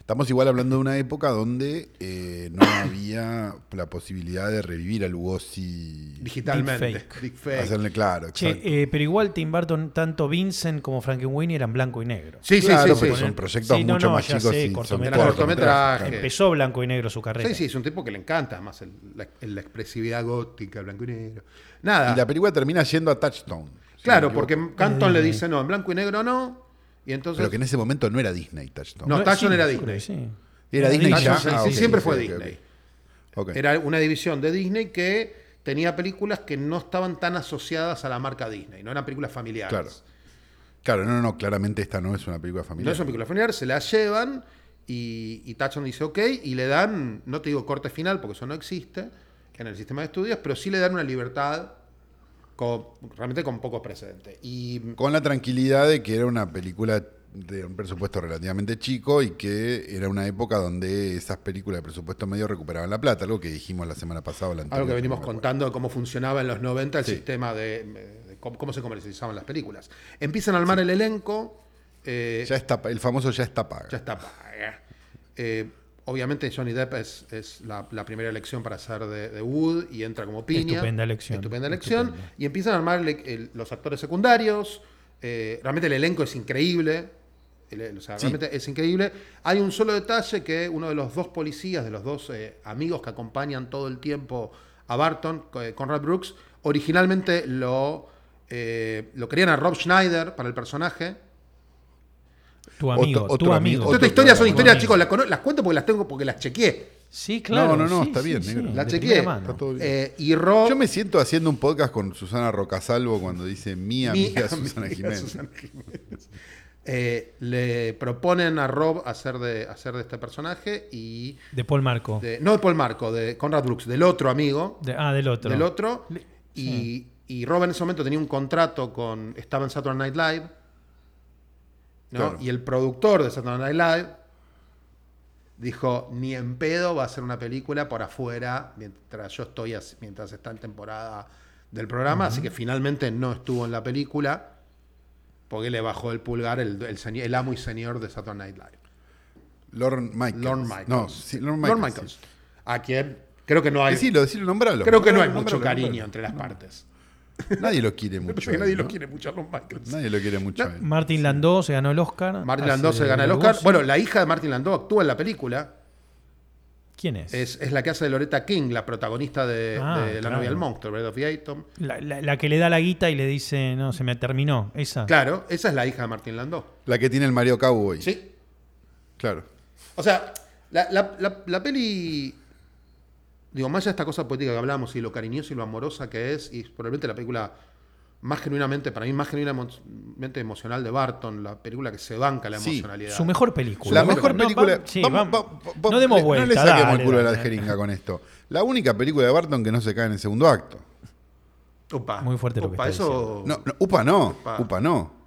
Estamos igual hablando de una época donde eh, no había la posibilidad de revivir a Lugosi. Digitalmente. Deepfake. Deepfake. Hacerle claro. exacto. Che, eh, pero igual Tim Burton, tanto Vincent como Frankenweenie eran blanco y negro. Sí, sí, Claro, sí, porque sí. son proyectos Sí, no, mucho no, más ya chicos. sé, y son cortometrajes. cortometrajes, Cortometrajes. claro. Empezó blanco y negro su carrera. Sí, sí, es un tipo que le encanta más el- la, el- la expresividad gótica, blanco y negro. Nada. Y la película termina yendo a Touchstone. si claro, no me porque equivoco. Canton le dice no, en blanco y negro no. Y entonces. Pero que en ese momento no era Disney Touchstone. No, Tyson sí, era seguro que Disney. sí. Era Disney Touchstone, ya. sí, Ah, sí, ok, siempre ok, fue ok, Disney. ok. Era una división de Disney que tenía películas que no estaban tan asociadas a la marca Disney, no eran películas familiares. Claro. Claro, no, no, claramente esta no es una película familiar. No es una película familiar, se la llevan y, y Touchstone dice ok y le dan, no te digo corte final porque eso no existe en el sistema de estudios, pero sí le dan una libertad con- realmente con pocos precedentes. Y Con la tranquilidad de que era una película de un presupuesto relativamente chico y que era una época donde esas películas de presupuesto medio recuperaban la plata, algo que dijimos la semana pasada o la anterior. Algo que venimos no me acuerdo. contando de cómo funcionaba en los 90 el Sí. sistema de, de cómo, cómo se comercializaban las películas. Empiezan a armar el elenco. eh, Ya está, el famoso ya está paga. ya está. Eh, obviamente Johnny Depp es, es la, la primera elección para ser de, de Wood y entra como piña. Estupenda elección. Estupenda elección. Estupenda. Y empiezan a armar el- el- los actores secundarios. eh, realmente el elenco es increíble. el- o sea, Sí. realmente es increíble. Hay un solo detalle que uno de los dos policías, de los dos eh, amigos que acompañan todo el tiempo a Barton, co- eh, Conrad Brooks, originalmente lo, eh, lo querían a Rob Schneider para el personaje. Tu Otro- amigo, otro tu amigo. amigo. Yo Otro estas historias son programa. historias, Amigo. chicos, las, cono- las cuento porque las tengo, porque las chequeé. Sí, claro. No, no, no, sí, está sí, bien, sí, negro. Las de chequeé. primera mano. Está todo bien. Eh, y Rob. Yo me siento haciendo un podcast con Susana Rocasalvo cuando dice mi mi amiga Susana amiga Jiménez. Susana Jiménez. Eh, le proponen a Rob hacer de, hacer de este personaje y. De Paul Marco. de- no de Paul Marco, de Conrad Brooks, del otro amigo. De- ah, del otro. Del otro. Le- Y, y Rob en ese momento tenía un contrato con. Estaba en Saturday Night Live. ¿no? Claro. Y el productor de Saturday Night Live dijo: Ni en pedo va a ser una película por afuera mientras yo estoy, así- mientras está en temporada del programa. Así que finalmente no estuvo en la película porque le bajó el pulgar el, el señor- el amo y señor de Saturday Night Live. Lorne Michaels. Lorne Michaels. No, sí, Lorne Michaels. Lorne Michaels. A quien creo que no hay. Decilo, decilo, nombralo. Creo que no hay Nombralo, mucho nombralo, cariño nombralo. entre las partes. Nadie lo quiere mucho. Parece que nadie ¿no? lo quiere mucho a Ron Michaels. Nadie lo quiere mucho. a él. Martin Landau se ganó el Oscar. Martin Hace Landau se de gana el Oscar. Lugosi. Bueno, la hija de Martin Landau actúa en la película. ¿Quién es? Es, es la que hace de Loretta King, la protagonista de, Ah, de La claro. novia del monstruo, Breath of the Atom. La, la- la que le da la guita y le dice, no, se me terminó. Esa. Claro, esa es la hija de Martin Landau. La que tiene el Mario Cowboy. Sí. Claro. O sea, la, la- la- la peli. Digo, más allá de esta cosa poética que hablamos y lo cariñoso y lo amorosa que es, y es probablemente la película más genuinamente, para mí, más genuinamente emocional de Barton, la película que se banca la Sí, emocionalidad. Su mejor película. La mejor No, película. vamos- sí, vamos- vamos- va- va- no demos le- vuelta. le saquemos dale, el culo a la dale. jeringa con esto. La única película de Barton que no se cae en el segundo acto. Upa. Muy fuerte lo que Upa, está eso. No, no, upa no. Upa. Upa no.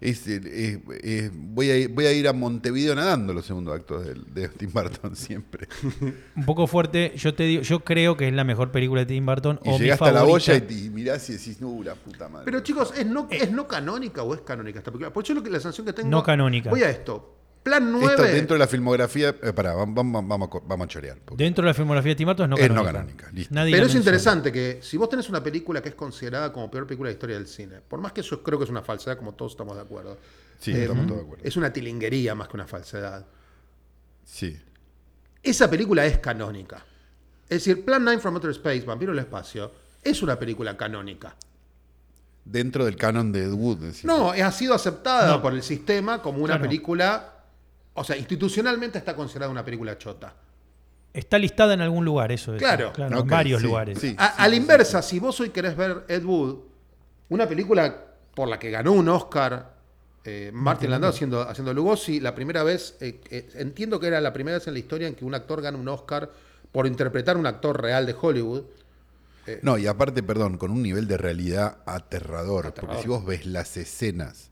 Es el- es- es- voy, a ir, voy a ir a Montevideo nadando los segundos actos del- de, Tim Burton siempre. Un poco fuerte. Yo te digo, yo creo que es la mejor película de Tim Burton. Y o mi llegás hasta la favorita. olla y, y mirás y decís, no, la puta madre. Pero chicos, ¿es no, ¿es no canónica o es canónica esta película? Por eso lo que, la sensación que tengo. Eh. No canónica. Voy a esto. Plan 9. Esto dentro de la filmografía. eh, pará, vam- vam- vam- vamos, a co- vamos a chorear. porque- Dentro de la filmografía de Tim Burton es no Es canónica. Eh, no canónica, listo. Nadie Pero la es menciona. interesante que si vos tenés una película que es considerada como peor película de la historia del cine, por más que eso creo que es una falsedad, como todos estamos de acuerdo, Sí, Eh, estamos todos de acuerdo. es una tilinguería más que una falsedad. Sí. Esa película es canónica. Es decir, Plan 9 from Outer Space, Vampiro en el Espacio, es una película canónica. Dentro del canon de Ed Wood. decimos. No, ha sido aceptada No. por el sistema como una Claro. película, o sea, institucionalmente está considerada una película chota. Está listada en algún lugar, eso. es. Claro. en Ah, Ok, varios sí, lugares. sí. A, a la inversa, si vos hoy querés ver Ed Wood, una película por la que ganó un Oscar eh, Martin Landau haciendo, haciendo Lugosi, la primera vez, eh, eh, entiendo que era la primera vez en la historia en que un actor gana un Oscar por interpretar a un actor real de Hollywood. No, y aparte, perdón, con un nivel de realidad aterrador, Porque si vos ves las escenas.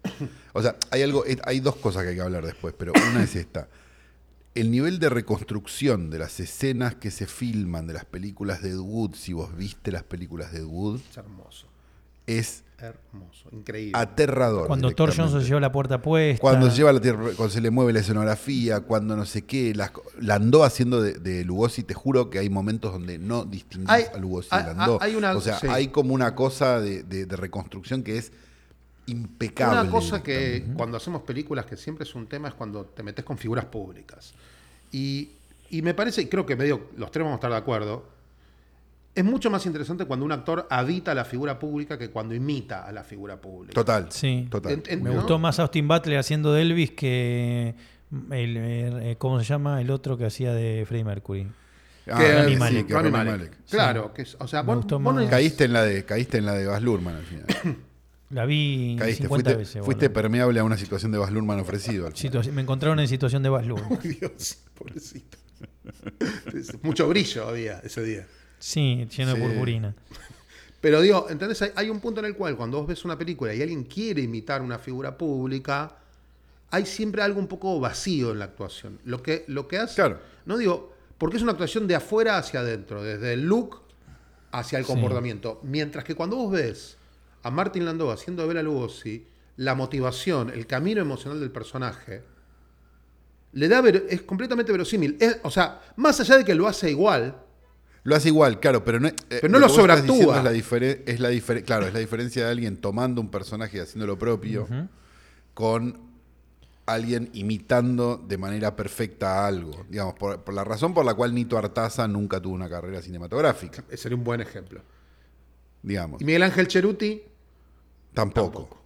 O sea, hay algo, eh, hay dos cosas que hay que hablar después, pero una es esta. El nivel de reconstrucción de las escenas que se filman de las películas de Ed Wood, si vos viste las películas de Ed Wood, Es hermoso. es Hermoso, increíble. aterrador. Cuando Thor directamente. Johnson se lleva la puerta puesta. Cuando se lleva la tierra, cuando se le mueve la escenografía, cuando no sé qué, las co- la andó haciendo de, de Lugosi, te juro que hay momentos donde no distinguís Hay- a Lugosi hay- de Landó. hay una- o sea, sí. hay como una cosa de, de- de reconstrucción que es impecable. Una cosa que ¿eh? cuando hacemos películas, que siempre es un tema, es cuando te metes con figuras públicas. Y, y me parece, y creo que medio los tres vamos a estar de acuerdo, es mucho más interesante cuando un actor habita la figura pública que cuando imita a la figura pública. Total. Sí. Total. En- en- Me ¿no? gustó más Austin Butler haciendo de Elvis que. El, eh, ¿Cómo se llama? El otro que hacía de Freddie Mercury. Ah, que, sí, Rami Malek. que Rami Rami Malek. Malek. Claro, que es- o sea, Me vos- gustó vos no- más. Caíste en la de, caíste en la de Baz Luhrmann al final. La vi Caíste, 50 fuiste, veces. fuiste boludo. permeable a una situación de Baz Luhrmann ofrecido. al final. Situa- me encontraron en situación de Baz Luhrmann. Dios, pobrecito. Es- Mucho brillo había ese día. Sí, lleno Sí. de purpurina. Pero digo, ¿entendés? Hay, hay un punto en el cual cuando vos ves una película y alguien quiere imitar una figura pública, hay siempre algo un poco vacío en la actuación. Lo que, lo que hace. Claro. No digo, porque es una actuación de afuera hacia adentro, desde el look hacia el Sí. comportamiento. Mientras que cuando vos ves a Martin Landau haciendo de Bela Lugosi, la motivación, el camino emocional del personaje, le da ver- es completamente verosímil. Es- o sea, más allá de que lo hace igual, Lo hace igual, claro, pero no, eh, Pero no que lo vos estás sobreactúa. diciendo Es la, difere- es la difere- claro, es la diferencia de alguien tomando un personaje y haciendo lo propio con alguien imitando de manera perfecta a algo. Digamos, por, por la razón por la cual Nito Artaza nunca tuvo una carrera cinematográfica, eh, sería un buen ejemplo. digamos. Y Miguel Ángel Cheruti, Tampoco.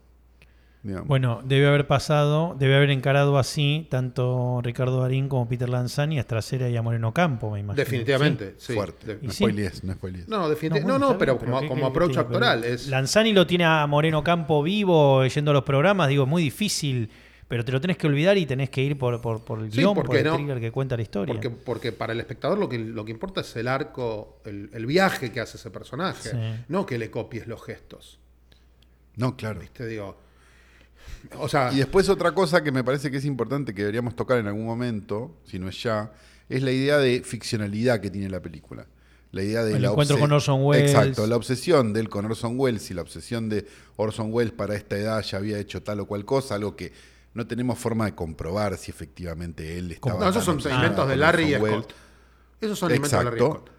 Digamos. Bueno, debe haber pasado, debe haber encarado así tanto Ricardo Darín como Peter Lanzani a Trasera y a Moreno Campo, me imagino. Definitivamente, sí. Eh, Fuerte. De- no Y sí. spoilees, no spoilees. No, Sí. definitivamente. No, bueno, no, está pero bien, como, ¿qué- como qué- approach qué- actoral. pero- Es, Lanzani lo tiene a Moreno Campo vivo, yendo a los programas, digo, es muy difícil, pero te lo tenés que olvidar y tenés que ir por, por, por el Sí, guión, porque por el no. thriller que cuenta la historia. porque, porque para el espectador lo que, lo que importa es el arco, el, el viaje que hace ese personaje. Sí. No que le copies los gestos. No, claro. Te digo. O sea, Y después otra cosa que me parece que es importante que deberíamos tocar en algún momento, si no es ya, es la idea de ficcionalidad que tiene la película. La idea de El la encuentro obse- con Orson Welles. Exacto, la obsesión de él con Orson Welles y la obsesión de Orson Welles para esta edad ya había hecho tal o cual cosa, algo que no tenemos forma de comprobar si efectivamente él estaba. no, esos tan son obsesionado segmentos de con Larry y Orson Welles. Scott. Esos son elementos de Larry y Exacto. Scott.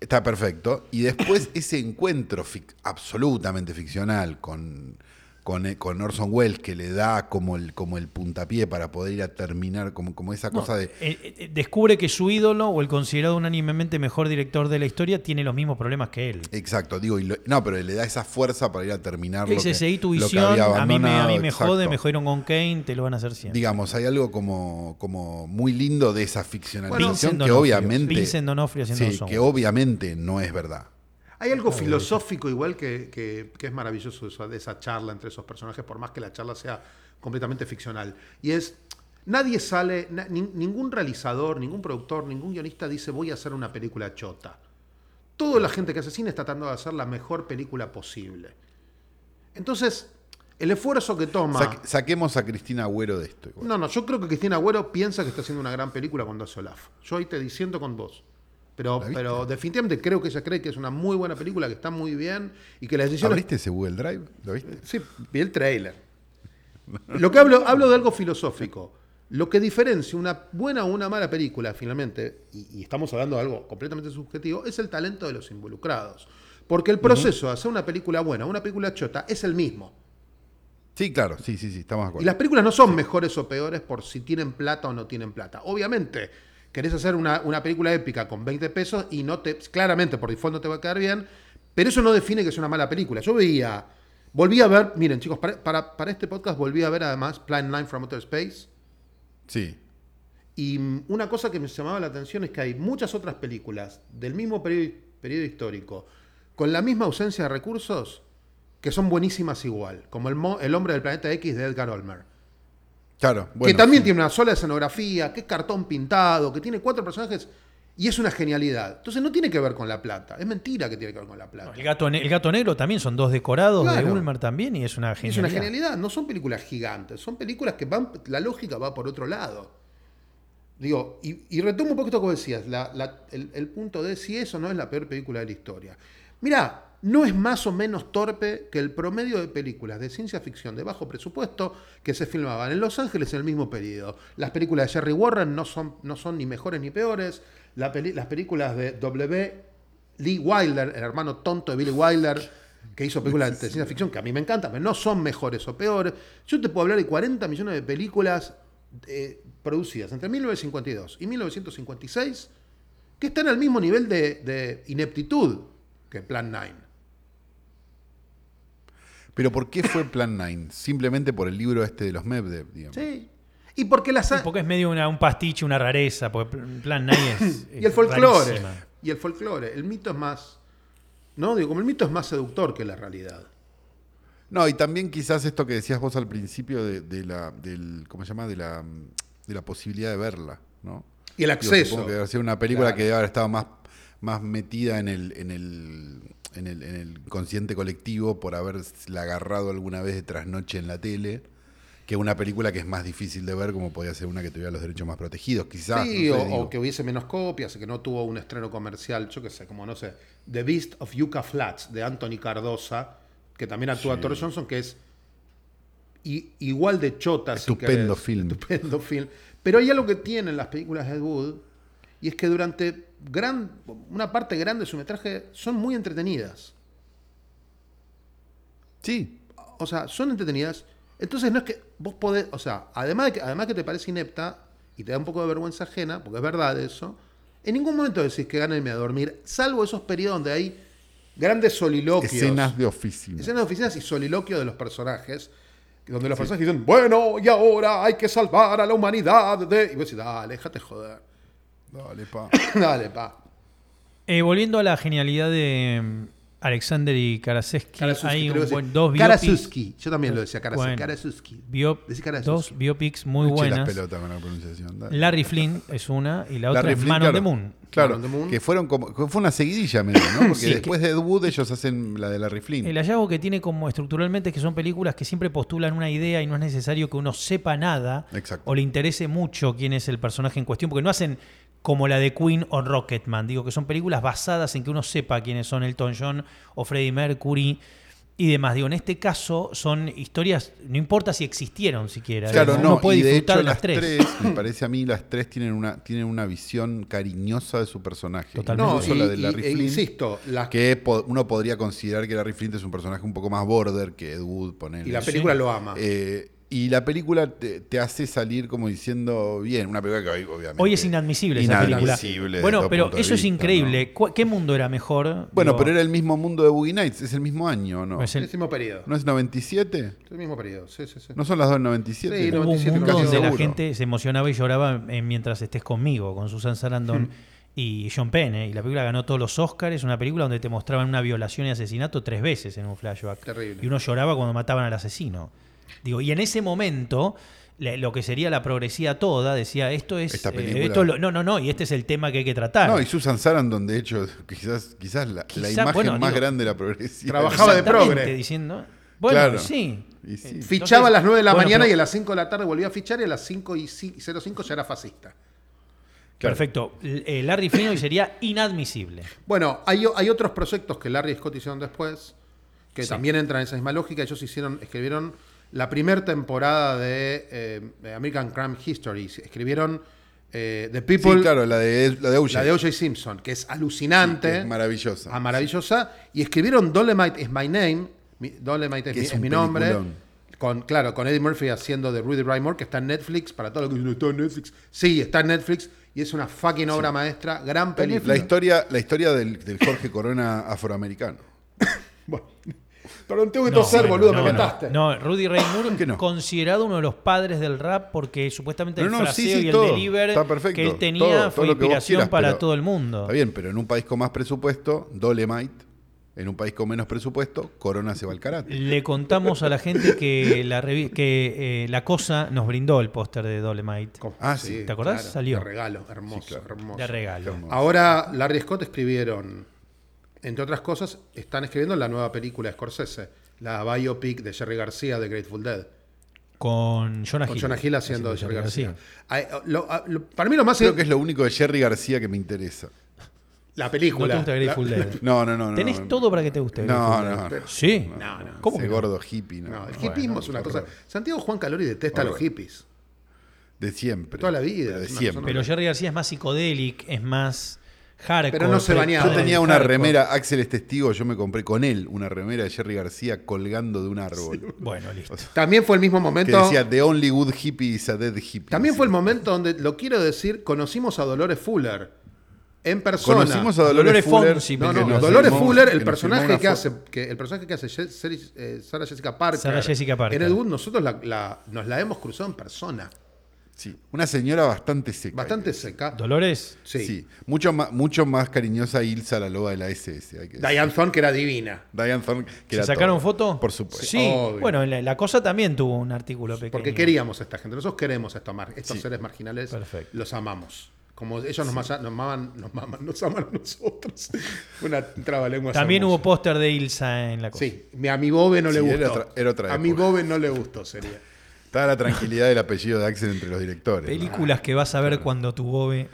Está perfecto. Y después ese encuentro fic- absolutamente ficcional con, con, eh, con Orson Welles que le da como el, como el puntapié para poder ir a terminar, como, como esa cosa de... Eh, eh, descubre que su ídolo o el considerado unánimemente mejor director de la historia tiene los mismos problemas que él. Exacto, digo, y lo- no, pero le da esa fuerza para ir a terminar lo Dice, que, seguí tu lo que visión, había a mí me, a mí me abandonado", jode, me exacto. jodieron con Kane, te lo van a hacer siempre. Digamos, hay algo como, como muy lindo de esa ficcionalización Vincent que D'Onofrio. obviamente... Vincent D'Onofrio haciendo sí, Orson que Welles. obviamente no es verdad. Hay algo filosófico igual que, que- que es maravilloso eso, de esa charla entre esos personajes, por más que la charla sea completamente ficcional. Y es, nadie sale, na- nin- ningún realizador, ningún productor, ningún guionista dice voy a hacer una película chota. Toda la gente que hace cine está tratando de hacer la mejor película posible. Entonces, el esfuerzo que toma... Saque- saquemos a Cristina Agüero de esto. igual. No, no, yo creo que Cristina Agüero piensa que está haciendo una gran película cuando hace Olaf. Yo ahí te diciendo con vos. Pero, ¿La viste? pero definitivamente creo que ella cree que es una muy buena película, que está muy bien y que las decisiones. ¿Abriste ese Google Drive? ¿Lo viste? Sí, vi el trailer. Lo que hablo, hablo de algo filosófico. Lo que diferencia una buena o una mala película, finalmente, y, y estamos hablando de algo completamente subjetivo, es el talento de los involucrados. Porque el proceso de hacer una película buena, una película chota, es el mismo. Sí, claro, sí, sí, sí, estamos de acuerdo. Y las películas no son mejores o peores por si tienen plata o no tienen plata. Obviamente, querés hacer una, una película épica con 20 pesos y no te. Claramente, por default no te va a quedar bien, pero eso no define que es una mala película. Yo veía. Volví a ver, miren chicos, para, para- para este podcast volví a ver además Plan 9 from Outer Space. Sí. Y mm, una cosa que me llamaba la atención es que hay muchas otras películas del mismo periodo, periodo histórico, con la misma ausencia de recursos, que son buenísimas igual, como El, Mo- el hombre del planeta X de Edgar Olmer. Claro, bueno. que también sí. tiene una sola escenografía, que es cartón pintado, que tiene cuatro personajes y es una genialidad. Entonces no tiene que ver con la plata. Es mentira que tiene que ver con la plata. El gato, ne- el gato negro también son dos decorados de Claro. Ulmer también y es una es genialidad. una genialidad. No son películas gigantes. Son películas que van. La lógica va por otro lado. Digo, y, y retomo un poco esto que vos decías, la- la- el, el punto de si eso no es la peor película de la historia. Mirá, no es más o menos torpe que el promedio de películas de ciencia ficción de bajo presupuesto que se filmaban en Los Ángeles en el mismo periodo. Las películas de Jerry Warren no son, no son ni mejores ni peores. La peli- las películas de W. Lee Wilder, el hermano tonto de Billy Wilder, que hizo películas de ciencia ficción que a mí me encantan, pero no son mejores o peores. Yo te puedo hablar de 40 millones de películas eh, producidas entre 1952 y 1956 que están al mismo nivel de, de ineptitud que Plan 9. Pero ¿por qué fue Plan 9? Simplemente por el libro este de los Mevdev, digamos. Sí. Y porque las... Porque es medio una- un pastiche, una rareza, porque en plan nadie es. y el es folclore. rarísima. Y el folclore. El mito es más... No, digo, como el mito es más seductor que la realidad. No, y también quizás esto que decías vos al principio de, de la, del, ¿cómo se llama? De la, mm, de la posibilidad de verla, ¿no? Y el Digo, acceso. supongo que debe ser una película Claro. que debe haber estado más, más metida en el, en el, en el, en el consciente colectivo por haberla agarrado alguna vez de trasnoche en la tele, que una película que es más difícil de ver, como podía ser una que tuviera los derechos más protegidos, quizás. Sí, no sé, o- o, digo. que hubiese menos copias, que no tuvo un estreno comercial, yo qué sé, como no sé. The Beast of Yucca Flats, de Anthony Cardosa, que también actúa Thor Johnson, que es i- igual de chota. si Estupendo querés. film. Estupendo film. Pero hay algo que tienen las películas de Ed Wood, y es que durante gran, una parte grande de su metraje son muy entretenidas. Sí, O sea, son entretenidas. Entonces no es que vos podés, o sea, además de que, además que te parece inepta y te da un poco de vergüenza ajena, porque es verdad eso, en ningún momento decís que gánenme a dormir, salvo esos periodos donde hay grandes soliloquios. escenas de oficina. Escenas de oficinas y soliloquios de los personajes, donde los personajes dicen, bueno, y ahora hay que salvar a la humanidad de... Y vos decís, dale, déjate joder. Dale, pa. dale, pa. Eh, volviendo a la genialidad de mm, Alexander y Karasevsky, Karasuski, hay te un lo voy a buen, decir. dos biopics, Karasuski. Yo también lo decía, Karasuski. Bueno. Karasuski. bio- Decí Karasuski. dos biopics muy Eche las buenas. pelotas con la pronunciación. dale. Larry Flynn es una y la otra Larry es Flynn, Man on claro. the Moon. Claro, Man on the Moon. que fueron como, que fue una seguidilla, medio, ¿no? Porque Sí, después de Ed Wood ellos hacen la de Larry Flynn. El hallazgo que tiene como estructuralmente es que son películas que siempre postulan una idea y no es necesario que uno sepa nada Exacto. o le interese mucho quién es el personaje en cuestión, porque no hacen como la de Queen o Rocketman, digo que son películas basadas en que uno sepa quiénes son Elton John o Freddie Mercury y demás. Digo, en este caso son historias, no importa si existieron siquiera, Claro, digamos, no, uno puede y de disfrutar hecho de las tres. me parece a mí, las tres tienen una, tienen una visión cariñosa de su personaje. Totalmente. No, Incluso la y- de y- Larry e Flynn, insisto, las que po- uno podría considerar que Larry Flynn es un personaje un poco más border que Ed Wood, ponele. Y la película lo ama. Eh, y la película te, te hace salir como diciendo, bien, una película que hoy obviamente... Hoy es inadmisible, esa Inadmisible película. desde Bueno, todo pero punto de eso es vista, increíble. ¿Cu- ¿Qué mundo era mejor? Bueno, Digo, Pues pero era el mismo mundo de Boogie Nights, es el mismo año, ¿no? es el el- mismo periodo. ¿No es 97? Es el mismo periodo, sí, sí, sí. ¿No son las dos del 97? Sí, no, Hubo un 97, mundo donde la seguro. gente se emocionaba y lloraba eh, mientras estés conmigo, con Susan Sarandon Hmm. y John Penn. eh, Y la película ganó todos los Oscars. Es una película donde te mostraban una violación y asesinato tres veces en un flashback. Terrible. Y uno lloraba cuando mataban al asesino. Digo, y en ese momento, le- lo que sería la progresía toda, decía, esto es... Esta eh, película- esto lo- no, no, no, y este es el tema que hay que tratar. No, y Susan Sarandon, de hecho, quizás, quizás la, la Quizá, imagen bueno, más digo, grande de la progresiva. trabajaba de Exactamente, progre. diciendo... Bueno, Claro. sí. Y sí. Eh, Fichaba a las 9 de la bueno, mañana pero- y a las 5 de la tarde volvía a fichar y a las 5 y ci- 05 ya era fascista. Claro. Perfecto. L- eh, Larry Flynn hoy sería inadmisible. Bueno, hay, o- hay otros proyectos que Larry y Scott hicieron después que Sí. también entran en esa misma lógica. Ellos hicieron, escribieron la primera temporada de eh, American Crime History. Escribieron eh, The Sí, People, claro, la de, la de OJ. la de O.J. Simpson, que es alucinante. Que es maravillosa. Ah, maravillosa. Y escribieron Dolemite is my name. Mi- Dolemite es, Que mi, es es un mi nombre. peliculón. Con, claro, con Eddie Murphy haciendo de Rudy Raymore, que está en Netflix. Para todo lo que dicen, está en Netflix. Sí, está en Netflix. Y es una fucking obra maestra. Gran película. La historia, la historia del, del Jorge Corona afroamericano. Bueno. Perdón, tengo que No, toser, bueno, boludo. no, me no. mataste. No, Rudy Ray Moore, que no? considerado uno de los padres del rap, porque supuestamente el No, no, sí, fraseo sí, y el todo. deliver Está perfecto. que él tenía Todo, todo fue lo que vos inspiración quieras, para pero- todo el mundo. Está bien, pero en un país con más presupuesto, Dolemite. En un país con menos presupuesto, Corona se va al karate. Le contamos a la gente que la, revi- que, eh, la cosa nos brindó el póster de Dolemite Ah, sí. ¿Te acordás? Salió. De regalo, hermoso, hermoso. de regalo. Ahora, Larry y Scott escribieron, entre otras cosas, están escribiendo la nueva película de Scorsese, la biopic de Jerry García de Grateful Dead. Con Jonah Con Hill. Jonah Hill haciendo de Jerry García. García. Ay, oh, ah, lo- a- lo- para mí lo más Creo que es lo único de Jerry García que me interesa. La No película. te gusta Grateful La- Dead. No, no, no. no, Tenés no. todo para que te guste. No, Grateful Dead. no, no. Sí. No, no. ¿Cómo Ese que no? gordo hippie, no. No, el Bueno, hippismo es una cosa. horror. Santiago Juan Calori detesta a los hippies. De siempre. Toda la vida, Pero de es una siempre. persona- Pero Jerry García es más psicodélico, es más hardcore. Pero no se bañaba. Yo tenía una hardcore. remera, Axel es testigo, yo me compré con él una remera de Jerry García colgando de un árbol. Bueno, listo. También fue el mismo Que momento. decía, The only good hippie is a dead hippie. También fue el Así. momento donde, lo quiero decir, conocimos a Dolores Fuller en persona. Conocimos a Dolores Dolores, Fuller. Fonsi, ah. No, que no, nos Dolores firmó- Fuller, el nos personaje firmó que una hace, que el personaje que hace Je- Seri- eh, Sarah Jessica Parker. Sarah Jessica Parker. En el Good nosotros la- la- nos la hemos cruzado en persona. fo- sí, una señora bastante seca. Bastante seca. ¿Dolores? Sí. Sí. Mucho, más, mucho más cariñosa Ilsa la loba de la SS. hay que decir. Diane Thorne, que era divina. Diane Thorne. que ¿Se era sacaron todo. foto? Por supuesto. Sí. Obvio. Bueno, la, la cosa también tuvo un artículo pequeño. Porque queríamos a esta gente. Nosotros queremos a estos, mar- estos seres marginales. Perfecto. Los amamos. Como ellos nos, masa- nos maman, nos maman, nos aman a nosotros. Una trabalengua. También hermosa. hubo póster de Ilsa en la cosa. Sí, mi- a mi Bobe no le Sí, gustó. era otra- era otra a mi época. Bobe no le gustó, sería. Estaba la tranquilidad del apellido de Axel entre los directores. ¿no? Películas que vas a ver cuando tu bobe.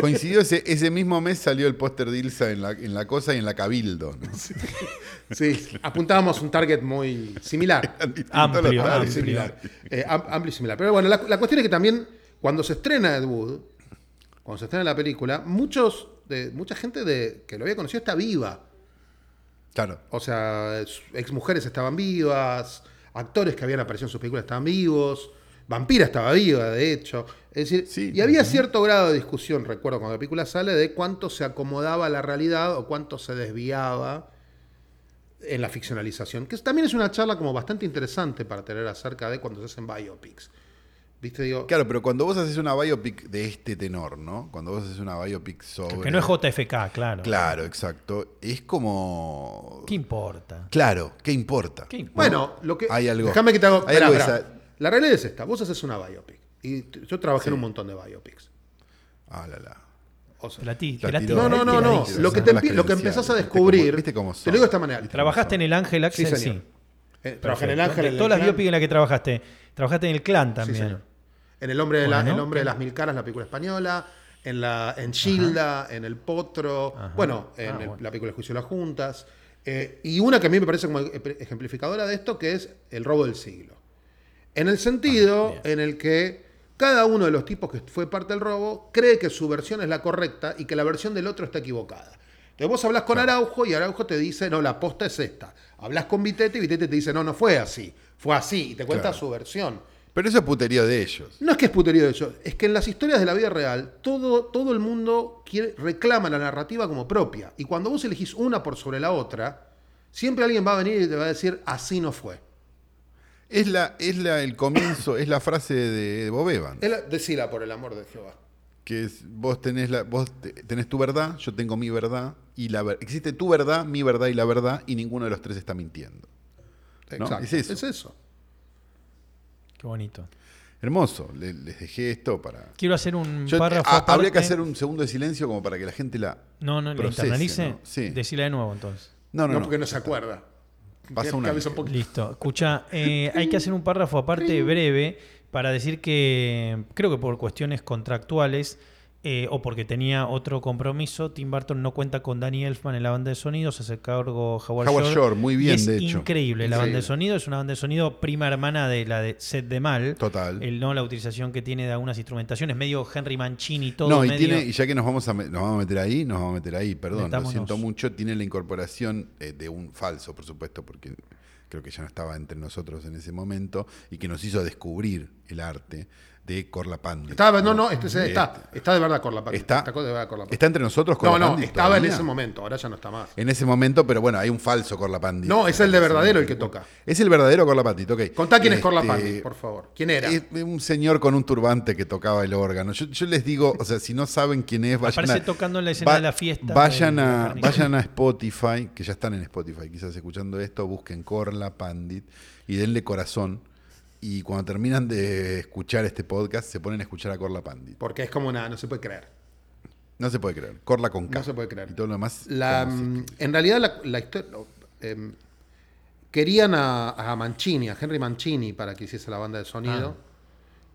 Coincidió ese, ese mismo mes salió el póster de Ilsa en la, en la cosa y en la Cabildo. ¿no? Sí, apuntábamos un target muy similar. Amplio, Todos los amplio y amplio. targets. similar. Eh, am- amplio y similar. Pero bueno, la, la cuestión es que también cuando se estrena Ed Wood, cuando se estrena la película, muchos de, mucha gente de, que lo había conocido está viva. Claro. O sea, ex mujeres estaban vivas, actores que habían aparecido en sus películas estaban vivos, Vampira estaba viva, de hecho. Es decir, Sí. y había cierto grado de discusión, recuerdo, cuando la película sale, de cuánto se acomodaba a la realidad o cuánto se desviaba en la ficcionalización. Que es- también es una charla como bastante interesante para tener acerca de cuando se hacen biopics. ¿Viste? Digo, Claro, pero cuando vos haces una biopic de este tenor, ¿no? Cuando vos haces una biopic sobre. Que no es JFK, claro. Claro, exacto. Es como. ¿Qué importa? Claro, ¿qué importa? ¿Qué importa? Bueno, lo que. Hay algo. Déjame que te hago. Hay Esperá, algo esperá. esa- La realidad es esta: vos haces una biopic. Y t- yo trabajé en un montón de biopics. Ah, la, la. O sea, Te la ti- La te la tiró. tiró. No, no, no, Te la no. hizo, Lo ¿no? que, te Las empie- lo que credenciales, empezás a viste cómo- descubrir. viste cómo son. Te lo digo de esta manera. ¿Trabajaste en el Ángel, Sí, Axel? señor. Sí. Eh, trabajé en el Perfecto. Ángel. De en el todas las Clan. biopics en las que trabajaste. Trabajaste en el clan Sí, también. señor. En El hombre, de la- Bueno. el hombre de las mil caras, la película española. En, la, en Gilda, en El Potro. Bueno, en Ah, el- bueno. la película El Juicio de las Juntas. Eh, y una que a mí me parece como ej- ejemplificadora de esto, que es El robo del siglo. En el sentido Ah, en el que cada uno de los tipos que fue parte del robo cree que su versión es la correcta y que la versión del otro está equivocada. Entonces vos hablas con Araujo y Araujo te dice, no, la posta es esta. Hablas con Vitete y Vitete te dice, no, no fue así. Fue así. Y te cuenta Claro. su versión. Pero eso es putería de ellos. No es que es puterío de ellos, es que en las historias de la vida real todo, todo el mundo quiere- reclama la narrativa como propia. Y cuando vos elegís una por sobre la otra, siempre alguien va a venir y te va a decir, así no fue. Es la, es la, el comienzo, es la frase de, de Bob Evans, Él- decila por el amor de Jehová. que es vos tenés la, vos te- tenés tu verdad, yo tengo mi verdad y la ver- existe tu verdad, mi verdad y la verdad y ninguno de los tres está mintiendo. ¿No? Exacto. Es eso. Qué bonito. Hermoso, le- les dejé esto para Quiero hacer un Yo- párrafo. ha- habría aparte. que hacer un segundo de silencio como para que la gente la No, no, procese, ¿la internalice? ¿no? Sí. Decila de nuevo entonces. No, no, No, no. porque no se acuerda. Pasa Que- un que a ángel. veces poco- Listo. Escucha, eh, hay que hacer un párrafo aparte breve para decir que creo que por cuestiones contractuales eh, o porque tenía otro compromiso, Tim Burton no cuenta con Danny Elfman en la banda de sonido, se hace cargo Howard, Howard Shore, muy bien, y es de hecho. Increíble la banda de Increíble. sonido, es una banda de sonido prima hermana de la de Set de Mal. Total. El, no la utilización que tiene de algunas instrumentaciones, medio Henry Mancini, todo no, y, medio- tiene, y ya que nos vamos, a, me- nos vamos a meter ahí, nos vamos a meter ahí, perdón, Metámonos. lo siento mucho, tiene la incorporación eh, de un falso, por supuesto, porque creo que ya no estaba entre nosotros en ese momento, y que nos hizo descubrir el arte de Corla Pandit. Estaba, no, no, este, De está, está de verdad con la Está- de verdad Corlapán. ¿Está entre nosotros No, Corla no, Pandit estaba en todavía? ese momento, ahora ya no está más. En ese momento, pero bueno, hay un falso Corla Pandit. No, es el de verdadero el que toca. Es el verdadero Corla Pandit, ok. Contá quién es Este, Corlapán, por favor. ¿Quién era? Es Eh, un señor con un turbante que tocaba el órgano. Yo, yo les digo, o sea, si no saben quién es, vayan Aparece a, tocando en la escena de la fiesta Vayan de- a, de- vayan a Spotify, que ya están en Spotify, quizás escuchando esto, busquen Corla Pandit y denle corazón. Y cuando terminan de escuchar este podcast, se ponen a escuchar a Corla Pandit. Porque es como una, no se puede creer. No se puede creer. Corla con K. No se puede creer. Y todo lo demás. La, como mm, en realidad, la, historia. em, querían a, a Mancini, a Henry Mancini, para que hiciese la banda de sonido.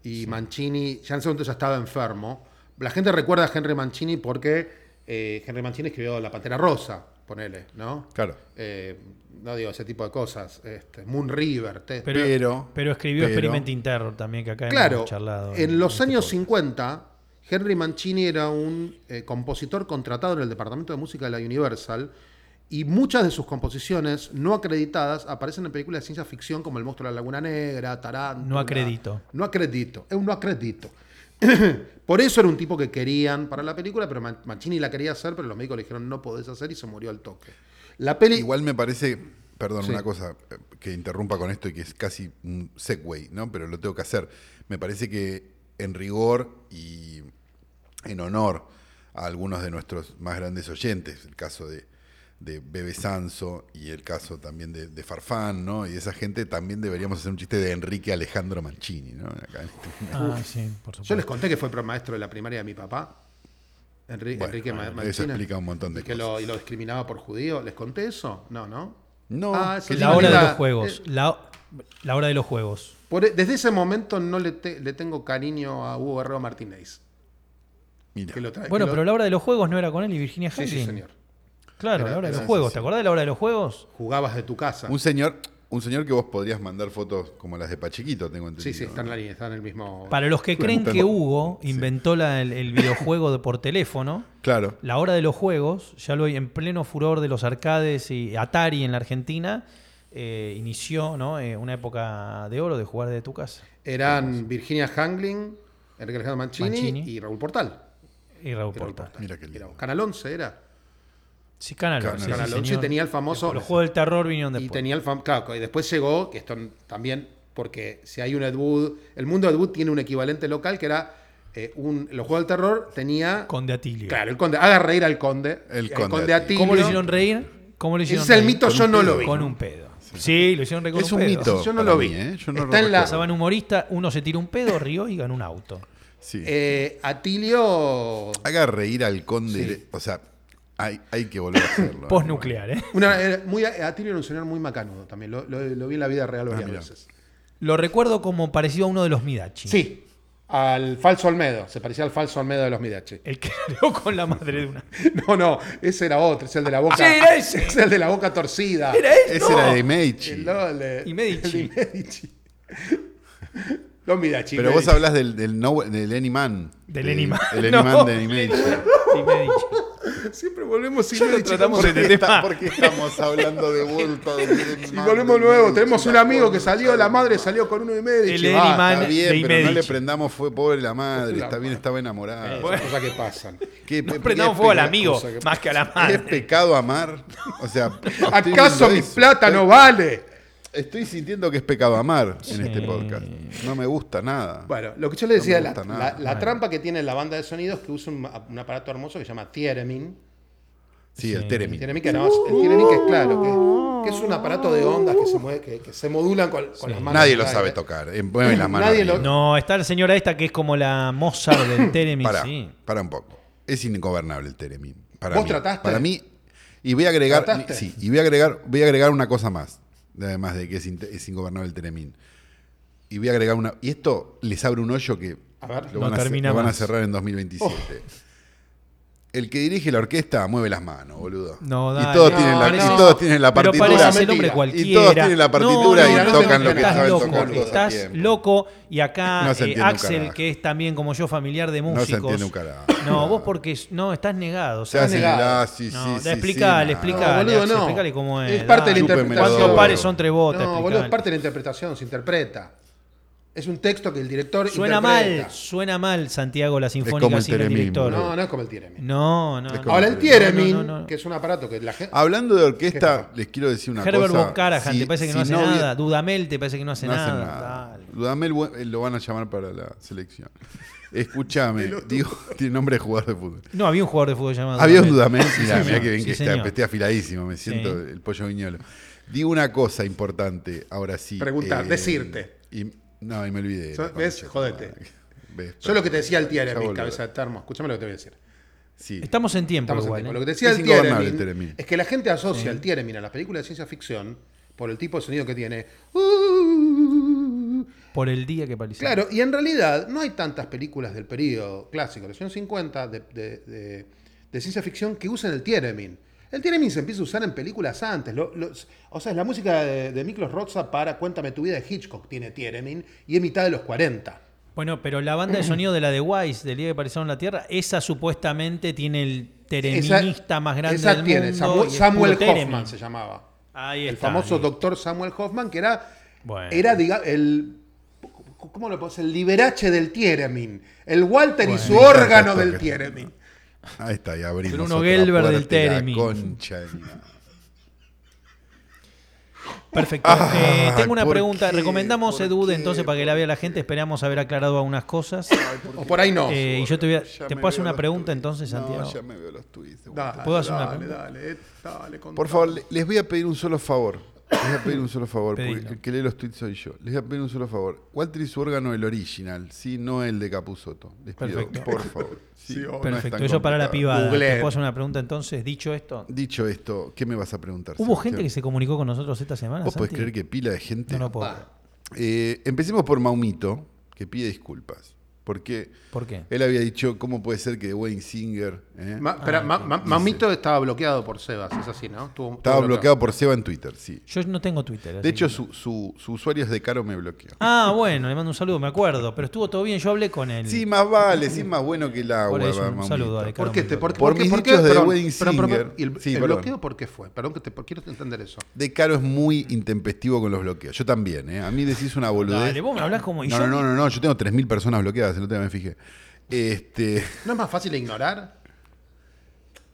y Mancini, ya en ese momento ya estaba enfermo. La gente recuerda a Henry Mancini porque eh, Henry Mancini escribió La Pantera Rosa, ponele, ¿no? Claro. Eh, no digo ese tipo de cosas. Este, Moon River, te- Pero, Pero- pero, escribió pero- Experimenting Terror también, que acá Claro, hemos charlado. en los este años podcast. 50, Henry Mancini era un eh, compositor contratado en el Departamento de Música de la Universal y muchas de sus composiciones no acreditadas aparecen en películas de ciencia ficción como El monstruo de la Laguna Negra, Tarántula. No acredito. No acredito, es un no acredito. Por eso era un tipo que querían para la película, pero Man- Mancini la quería hacer, pero los médicos le dijeron no podés hacer y se murió al toque. La peli... Igual me parece, perdón, Sí. una cosa eh, que interrumpa con esto y que es casi un segue, ¿no? Pero lo tengo que hacer. Me parece que en rigor y en honor a algunos de nuestros más grandes oyentes, el caso de, de Bebe Sanso y el caso también de, de Farfán, ¿no? Y de esa gente también deberíamos hacer un chiste de Enrique Alejandro Mancini, ¿no? Acá en este- Ah, sí, por Yo les supuesto. conté que fue maestro de la primaria de mi papá, Enri- Bueno, Enrique Ma- bueno, Mancini. eso explica un montón de y que cosas. Lo, y lo discriminaba por judío. ¿Les conté eso? No, no. No, Ah, eso que sí La me hora de olvidaba. los juegos. Eh, La, la hora de los juegos. por- e, desde ese momento no le, te- le tengo cariño a Hugo Guerrero Martínez. mira. que lo trae- Bueno, que lo- pero la hora de los juegos no era con él y Virginia Sí, Henry. sí, señor. Claro, Era- la hora de era los así, juegos. sí. ¿Te acordás de la hora de los juegos? Jugabas de tu casa. Un señor, un señor que vos podrías mandar fotos como las de Pachiquito, tengo entendido. Sí, sí, está en la línea, está en el mismo... Para los que Bueno, creen pero- que Hugo sí. inventó la- el, el videojuego de, por teléfono, Claro. la hora de los juegos, ya lo en pleno furor de los arcades y Atari en la Argentina, eh, inició ¿no? Eh, una época de oro de jugar desde tu casa. Eran Virginia Hangling, Enrique Alejandro Mancini, Mancini. y Raúl Portal. Y Raúl Raúl Portal. Mira qué lindo. Era Canal 11 era. Sí, Canal Canal 11, 11. sí, Canal 11 señor. tenía el famoso... Los juegos del terror vinieron Y después. tenía el fam claro, y después llegó, que esto también, porque si hay un Ed Wood, el mundo Ed Wood tiene un equivalente local que era eh, un, los juegos del terror tenía. Conde Atilio. Claro, el conde. Haga reír al conde. El Conde Atilio. Atilio. ¿Cómo lo hicieron reír? ¿Cómo lo Ese hicieron es el reír? mito, Con yo un no pedo. lo vi. Con un pedo. Sí, lo hicieron reír con Es un un pedo. mito. Yo no para lo vi. mí, ¿eh? Yo no lo Está en la- recuerdo. Pasaban humorista, uno se tira un pedo, rió y ganó un auto. Sí. Eh, Atilio. Haga reír al conde. Sí. O sea, hay, hay que volver a hacerlo. Postnuclear, ¿eh? Una, era muy, Atilio era un señor muy macanudo también. Lo, lo- lo vi en la vida real varias Ah, mirá. veces. Lo recuerdo como parecido a uno de los Midachi. Sí, al falso Olmedo. Se parecía al falso Olmedo de los Midache. El que habló con la madre de una. No, no, ese era otro, es el de la boca. Ah, Sí, era ese. Es el de la boca torcida. Era él, Ese no. era de Meichi. El LOL, eh, Y Medici. el de Medici. Los Medici. Pero Medici. vos hablás del, del, no, del Anyman. Del Anyman, Del no. Anyman de Meichi. Y Medici. Siempre volvemos sin Ya lo Medici, tratamos ¿por en qué? el- tema. ¿Por qué estamos hablando de vuelta del Anyman? Y volvemos nuevo. Tenemos un amigo que salió, la madre salió con uno de Medici. El basta. Anyman. Ah, Está bien, de pero no le Medici. prendamos fue pobre la madre. La Está bien, madre. estaba enamorada. Esas cosas que pasan. Qué pe- Eh, No qué prendamos fuego al espe- amigo, cosa que- más que a la ¿Es madre. pecado amar? O sea, estoy ¿Acaso viendo mi eso. Eh. plata no Estoy- vale? Estoy sintiendo que es pecado amar en este Sí. podcast. No me gusta nada. Bueno, lo que yo le decía, me la, gusta la- nada. la trampa que tiene la banda de sonidos que usa un, un aparato hermoso que se llama Theremin. sí, Sí. el Teremin. Tiene que no, el Theremin que es claro, que, que es un aparato de ondas que se mueve, que, que se modulan con, con las manos. Nadie lo Ay, sabe eh. tocar. Eh, Mueve la mano. Nadie arriba. lo- No, está la señora esta que es como la Mozart del Teremin, Pará, sí. pará un poco. Es ingobernable el Teremin. Para ¿Vos mí. trataste? Para mí. Y voy a agregar. ¿Trataste? Sí, y voy a agregar, voy a agregar una cosa más. Además de que es, inte- es ingobernable el Teremin. Y voy a agregar una. Y esto les abre un hoyo que A ver. lo, No van, a, ce- termina lo van a más. Oh. cerrar en 2027. El que dirige la orquesta mueve las manos, boludo. No, y dale. todos, No, tienen la, parece- y todos tienen la Pero partitura. parece el hombre Mentira. cualquiera. Y todos tienen la partitura y tocan lo que estás saben loco, tocar todos a Estás tiempo. loco. Y acá No se eh, entiende un Axel, carajo. que es también como yo familiar de No se músicos. entiende un carajo. No, vos porque s- no, estás negado. o Se sea, hacen el negado. ah, sí, No, sí, sí, explicale, sí, explicale, No, boludo, Axel, no. explicale cómo es, Es parte de la dale. Chúpemelo. interpretación. ¿Cuántos pares son tres botas? No, boludo, Explicale. es parte de la interpretación, se interpreta. Es un texto que el director Suena interpreta. mal, suena mal Santiago la Es como Sinfónica el sin el Telemín, director. boludo. No, No, no es como el Theremin. no, no. Es como- Ahora el Theremin, No, no, no. que es un aparato que la gente... Hablando de orquesta, Jefa. les quiero decir una Herbert cosa. von Karajan, Si- te parece que si no hace vi- nada. Dudamel te parece que no hace no nada. hacen nada. Dale. Dudamel bu- eh, lo van a llamar para la selección. Escúchame, digo, tiene nombre de jugador de fútbol. No, había un jugador de fútbol llamado Había un Dudamel. Dudamel, Sí, mirá, mirá señor, que bien sí, que está, señor. estoy afiladísimo, me siento Sí. el pollo viñolo. Digo una cosa importante, ahora sí. eh, Preguntar, decirte. y- no, y me olvidé. So- la concha ves, de tu jodete. madre. Ves, Yo lo que te decía el Ya Theremin, volvemos. cabeza de termo. Escúchame lo que te voy a decir. Sí. Estamos en tiempo Estamos en igual. tiempo. ¿eh? Lo que te decía Es el ingobernable Theremin, el Theremin. es que la gente asocia el Theremin a las películas de ciencia ficción por el tipo de sonido que tiene. Por el día que parecía. Claro, y en realidad no hay tantas películas del periodo clásico, de los años 50, de, de- de- de ciencia ficción que usan el Theremin. El Theremin se empieza a usar en películas antes. Lo- los- o sea, es la música de, de Miklos Roza para Cuéntame tu vida de Hitchcock tiene Theremin y es mitad de los 40. Bueno, pero la banda de sonido de la de Wise, del día que aparecieron en la Tierra, esa supuestamente tiene el tereminista Esa- más grande esa del tiene, mundo. Samu- y es Samuel puro Hoffman Theremin. se llamaba. Ahí el está, famoso listo. doctor Samuel Hoffman, que era, Bueno. era digamos, el. ¿Cómo lo puse? El liberache del Tieremin. El Walter y su Me encanta órgano esto del que- Tieremin. Ahí está, y abrimos. Bruno otra Gelber del puerta y la Teremin. Concha. de mi madre. Perfecto. Ah, Eh, tengo una ¿por pregunta. qué? ¿Recomendamos ¿Por Edwood qué? entonces para que la vea la gente? Esperamos haber aclarado algunas cosas. O por ahí no. Eh, y yo te voy a- Ya ¿Te me puedo hacer veo una los pregunta tweets. entonces, No, Santiago? ya me veo los tweets. Dale, ¿Puedo hacer una dale, pregunta? Dale, eh, dale, contá. Por favor, le- les voy a pedir un solo favor. Les voy a pedir un solo favor, porque Pedilo. el que lee los tweets soy yo. Les voy a pedir un solo favor. Walter y su órgano, el original, sí, no el de Capuzoto. Les pido, Perfecto. por favor. Sí, Sí, no es Perfecto. tan Eso para la complicado. pivada. Google. ¿Te puedo hacer una pregunta entonces? Dicho esto, Dicho esto, ¿qué me vas a preguntar? ¿hubo Sebastián? gente que se comunicó con nosotros esta semana? ¿Vos podés Santi? creer que pila de gente? No lo puedo. creer. Pa. Eh, empecemos por Maumito, que pide disculpas. Porque ¿Por qué? él había dicho, ¿cómo puede ser que Wayne Singer... eh, Ah, Ma- espera, ma- ma- Mamito estaba bloqueado por Sebas, es así, ¿no? Estuvo- estaba estuvo bloqueado por Seba en Twitter, sí. Yo no tengo Twitter. así De hecho, que- su, su- su usuario es de Caro me bloqueó. Ah, bueno, le mando un saludo, me acuerdo. Pero estuvo todo bien, yo hablé con él. Sí, más vale, sí, más bueno que el agua. por eso, va, un mamita. saludo a Decano ¿Por qué? Te, Mendoza. por, Por por mis qué, por qué- dichos de perdón, Wedding perdón, perdón, Singer. ¿Y el, Sí, el perdón. bloqueo por qué fue? Perdón que te por- quiero entender eso. De Caro es muy intempestivo con los bloqueos. Yo también, ¿eh? A mí decís una boludez. Dale, vos me hablás como. y no, yo- no, no, no, no, yo tengo 3.000 personas bloqueadas, el otro día me fijé. Este, ¿No es más fácil ignorar?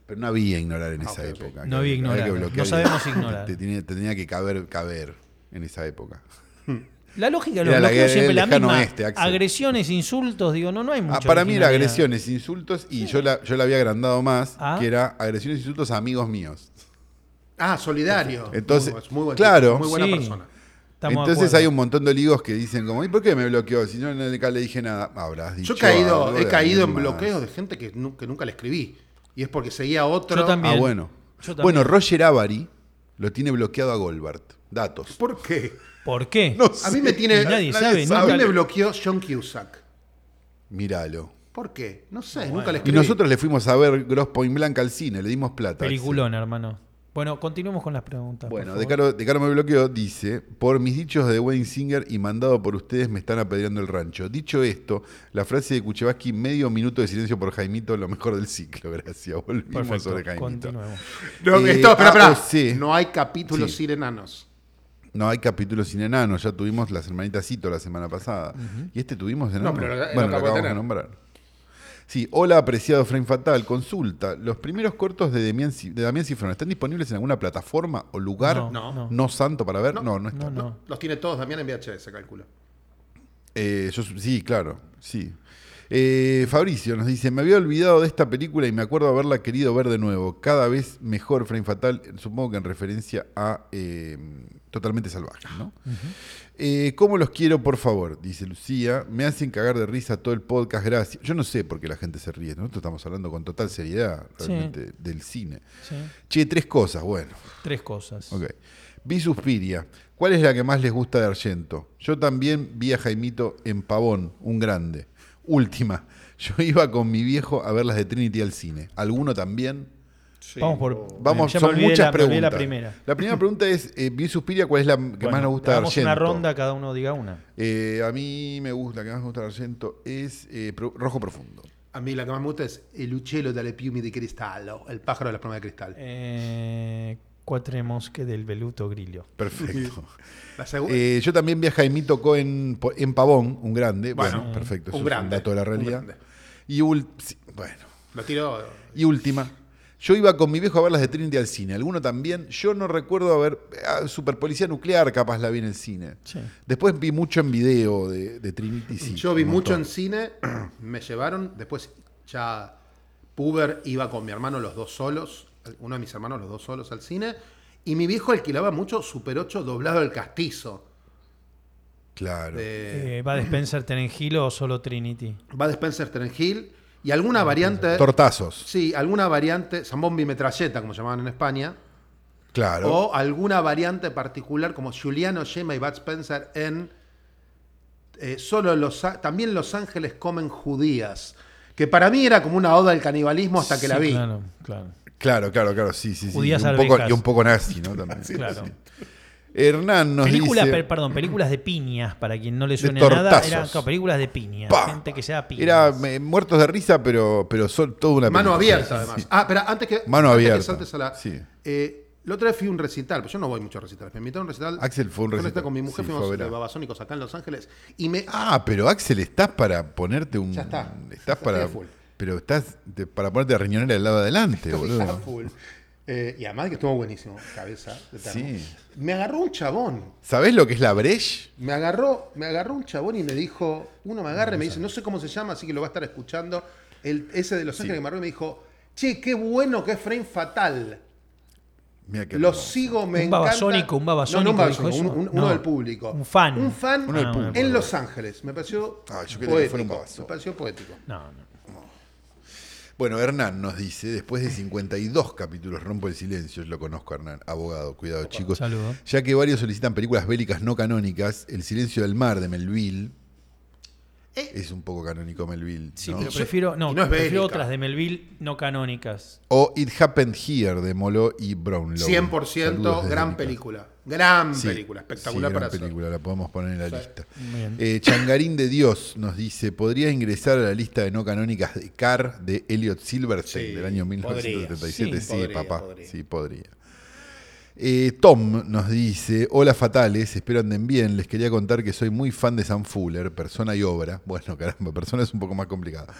pero no había ignorar en esa Ah, ok, ok. época. No había ignorar, que no bloquear y- sabemos ignorar. Te tenía, te tenía que caber, caber en esa época. La lógica de los Era la bloqueos guerra- siempre el la lejano misma. oeste, Axel. agresiones, insultos, digo, no, no hay mucho. Ah, para mí era originalidad. agresiones, insultos y yo la, yo la había agrandado más, Ah. que era agresiones, insultos a amigos míos. Ah, solidario. Entonces, muy, muy buen claro. tipo, muy buena Sí. persona. Estamos de Entonces acuerdo. hay un montón de oligos que dicen como, ¿y por qué me bloqueó? Si no nunca le dije nada. Habrás dicho Yo he caído, algo he de caído en alguien más. bloqueos de gente que, nu- que nunca le escribí. Y es porque seguía otro. Yo también. Ah, bueno. Yo también. Bueno, Roger Avary lo tiene bloqueado a Goldbart. Datos. ¿Por qué? ¿Por qué? A mí me tiene. Y nadie sabe, a mí nunca- me bloqueó John Cusack. Míralo. ¿Por qué? No sé, nunca Y le escribí. nosotros le fuimos a ver Gross Point Blanca al cine, le dimos plata. Peliculón, hermano. Bueno, continuemos con las preguntas. por Bueno, favor. de Caro, de Caro me bloqueó, dice, por mis dichos de Wayne Singer y mandado por ustedes me están apedreando el rancho. Dicho esto, la frase de Kuchevaski, medio minuto de silencio por Jaimito, lo mejor del ciclo, gracias. Volvimos Perfecto, sobre Jaimito. continuemos. No, Eh, esto, espera, ah, espera. oh, sí. No hay capítulos Sí. sirenanos. No hay capítulos sin enanos, ya tuvimos las hermanitas Cito la semana pasada. Y este tuvimos enanos. No, pero lo- lo bueno, lo acabo de acabamos de tener. nombrar. Sí, hola apreciado Frame Fatal, consulta. ¿Los primeros cortos de Damián, Ci- de Damián Cifrón están disponibles en alguna plataforma o lugar No, No. no. no santo para ver? No, no, está. No, no. Los tiene todos Damián en VHS, calculo. Eh, yo, su- sí, claro, sí. Eh, Fabricio nos dice, me había olvidado de esta película y me acuerdo haberla querido ver de nuevo. Cada vez mejor Frame Fatal, supongo que en referencia a eh, Totalmente Salvaje, ¿no? Eh, ¿Cómo los quiero, por favor? Dice Lucía. Me hacen cagar de risa todo el podcast, gracias. Yo no sé por qué la gente se ríe. Nosotros estamos hablando con total seriedad Sí. realmente del cine. Sí. Che, tres cosas, bueno. Tres cosas. Ok. Vi Suspiria. ¿Cuál es la que más les gusta de Argento? Yo también vi a Jaimito en Pavón, un grande. Última. Yo iba con mi viejo a ver las de Trinity al cine. ¿Alguno también? Vamos por. Vamos, ya me son olvidé muchas la- me olvidé preguntas. la primera. La primera pregunta es, eh, vi Suspiria, ¿cuál es la que más Bueno, nos gusta de hagamos Argento? una ronda, cada uno diga una. Eh, a mí me gusta, la que más me gusta de Argento es eh, Pro- Rojo Profundo. A mí la que más me gusta es El uccello dalle piumi di cristallo, el pájaro de las plumas de cristal. Eh, cuatro mosque del veluto grillo. Perfecto. La segu- Eh, yo también vi a Jaimito Cohen po- en Pavón, un grande. Bueno, Bueno, perfecto. un eso es grande, dato de la un realidad. grande. Y ul- sí, bueno. lo tiro. Y última. Yo iba con mi viejo a ver las de Trinity al cine. Alguno también. Yo no recuerdo haber. ah, Super Policía Nuclear, capaz la vi en el cine. Sí. Después vi mucho en video de, de Trinity. sí, yo vi un mucho en montón. cine, me llevaron, después ya Puber iba con mi hermano los dos solos, uno de mis hermanos los dos solos al cine, y mi viejo alquilaba mucho Super 8 doblado del castizo. Claro. de- Eh, ¿Va a Spencer Tenengilo o solo Trinity? Va de Spencer Trengil y Ah, alguna variante... Tortazos. Sí, alguna variante, zambombi metralleta, como llamaban en España, Claro. o alguna variante particular como Juliano Gemma y Bud Spencer en eh, solo los, A- también Los Ángeles comen judías, que para mí era como una oda al canibalismo hasta que la Sí, vi. Claro, claro. Claro, claro, claro, sí, sí, sí. Y Judías un, poco, arvejas. y un poco nazi, ¿no? También. claro. Hernán nos Películas, dice... pe- perdón, películas de piñas, para quien no le De suene a nada, tortazos. eran claro, películas de piñas, Pa. gente que se da piñas. Era eh, muertos de risa, pero, pero son toda una Mano película. abierta, además. Ah, pero antes que, Mano antes que abierta, saltes a la. sí. eh, la otra vez fui a un recital, pues yo no voy mucho a recitales. Me invitaron a un recital. Axel fue a un Yo recital. con mi mujer Sí, fuimos fue a ver a- de Babasónicos acá en Los Ángeles. Y me. ah, Ah, pero Axel, estás para ponerte un. Ya está. Estás Ya para. estoy a full. Pero estás de- para ponerte la riñonera del lado de adelante, ya boludo. full. Eh, y además que estuvo buenísimo, cabeza. de termo. Sí. Me agarró un chabón. ¿Sabés lo que es la Breche? Me agarró, me agarró un chabón y me dijo, uno me agarra y me dice, no sé cómo se llama, así que lo va a estar escuchando. El, ese de Los Ángeles que me agarró y me dijo, che, qué bueno que es Frame Fatal. Mira que Lo sigo, me Un encanta. babasónico, un babasónico No, no un dijo babasónico, eso. un- un- No. uno del público. Un fan. Un fan Uno del Ah, público. en Los Ángeles. Me pareció Ah, yo quería que poético. fuera un me babasónico. pareció poético. No, no. Bueno, Hernán nos dice, después de 52 capítulos, rompo el silencio, yo lo conozco, Hernán, abogado, cuidado chicos. saludo. Ya que varios solicitan películas bélicas no canónicas, El silencio del mar de Melville. Eh. Es un poco canónico Melville. Sí, ¿no? pero prefiero, no, y no es prefiero bélica. otras de Melville no canónicas. O It Happened Here de Molo y Brownlow. 100% Saludos gran desde Nicaragua. película. Gran Sí, película. Espectacular sí, gran para hacer. película, la podemos poner en la Sí. lista. Bien. Eh, Changarín de Dios nos dice, ¿podría ingresar a la lista de no canónicas de Car de Elliot Silverstein Sí, del año 1977? podría, sí, sí, podría, papá, podría. sí, podría. Eh, Tom nos dice, hola fatales, espero anden bien, les quería contar que soy muy fan de Sam Fuller, persona y obra. Bueno, caramba, persona es un poco más complicada.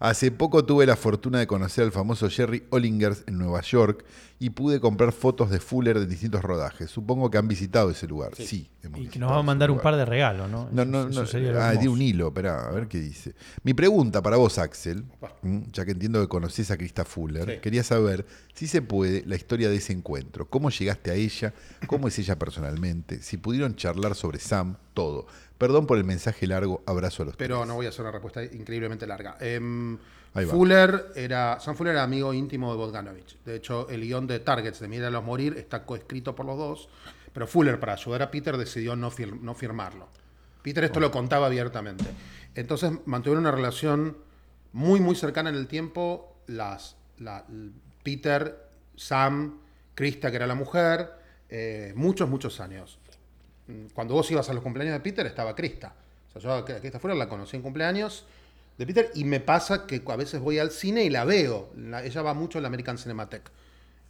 Hace poco tuve la fortuna de conocer al famoso Jerry Ollingers en Nueva York y pude comprar fotos de Fuller de distintos rodajes. Supongo que han visitado ese lugar. Sí, hemos Y que nos visitado va a ese mandar un lugar. par de regalos, ¿no? No, Eso- no, eso no. sería ah, hermoso. tiene un hilo, esperá, a ver qué dice. Mi pregunta para vos, Axel, ¿m? ya que entiendo que conocés a Krista Fuller, Sí. quería saber, si se puede, la historia de ese encuentro. ¿Cómo llegaste a ella? ¿Cómo es ella personalmente? Si pudieron charlar sobre Sam, todo. Perdón por el mensaje largo, abrazo a los Pero tres. no voy a hacer una respuesta increíblemente larga. Em, Ahí va. Fuller era, Sam Fuller era amigo íntimo de Bogdanovich. De hecho, el guión de Targets de Mira a los Morir está coescrito por los dos. Pero Fuller, para ayudar a Peter, decidió no, fir- no firmarlo. Peter esto lo contaba abiertamente. Entonces mantuvieron una relación muy, muy cercana en el tiempo. Las, la- l- Peter, Sam, Krista, que era la mujer, eh, muchos, muchos años Mm, cuando vos ibas a los cumpleaños de Peter estaba Krista. O sea, yo a Krista Fuller la conocí en cumpleaños de Peter y me pasa que a veces voy al cine y la veo. La- ella va mucho a la American Cinematheque.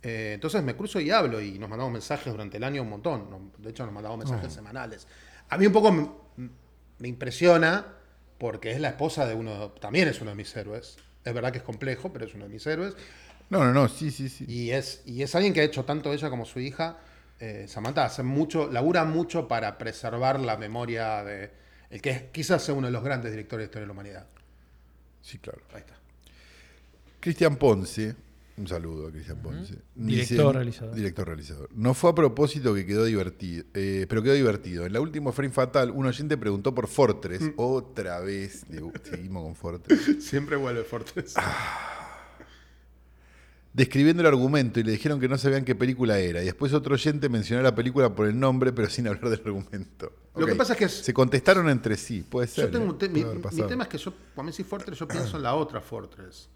Eh, entonces me cruzo y hablo y nos mandamos mensajes durante el año un montón. Nos- De hecho, nos mandamos mensajes semanales. A mí un poco me, me impresiona porque es la esposa de uno, también es uno de mis héroes. Es verdad que es complejo, pero es uno de mis héroes. No, no, no, sí, sí, sí. Y es, y es alguien que ha hecho tanto ella como su hija. eh, Samantha hace mucho, labura mucho para preservar la memoria de el que es, quizás sea uno de los grandes directores de historia de la humanidad. Sí, claro. Ahí está. Cristian Ponce, un saludo a Cristian Ponce. Director, dice- realizador. Director realizador. No fue a propósito que quedó divertido, eh, pero quedó divertido. En la última frame fatal, un oyente preguntó por Fortress. Mm. Otra vez, de- seguimos con Fortress. Siempre vuelve Fortes. Ah, Describiendo el argumento y le dijeron que no sabían qué película era. Y después otro oyente mencionó la película por el nombre, pero sin hablar del argumento. Lo Ok. que pasa es que es- Se contestaron entre sí, puede ser. Yo tengo ¿eh? un te- mi, Puede haber mi pasado. tema es que yo, cuando me decís Fortress, yo pienso en la otra Fortress.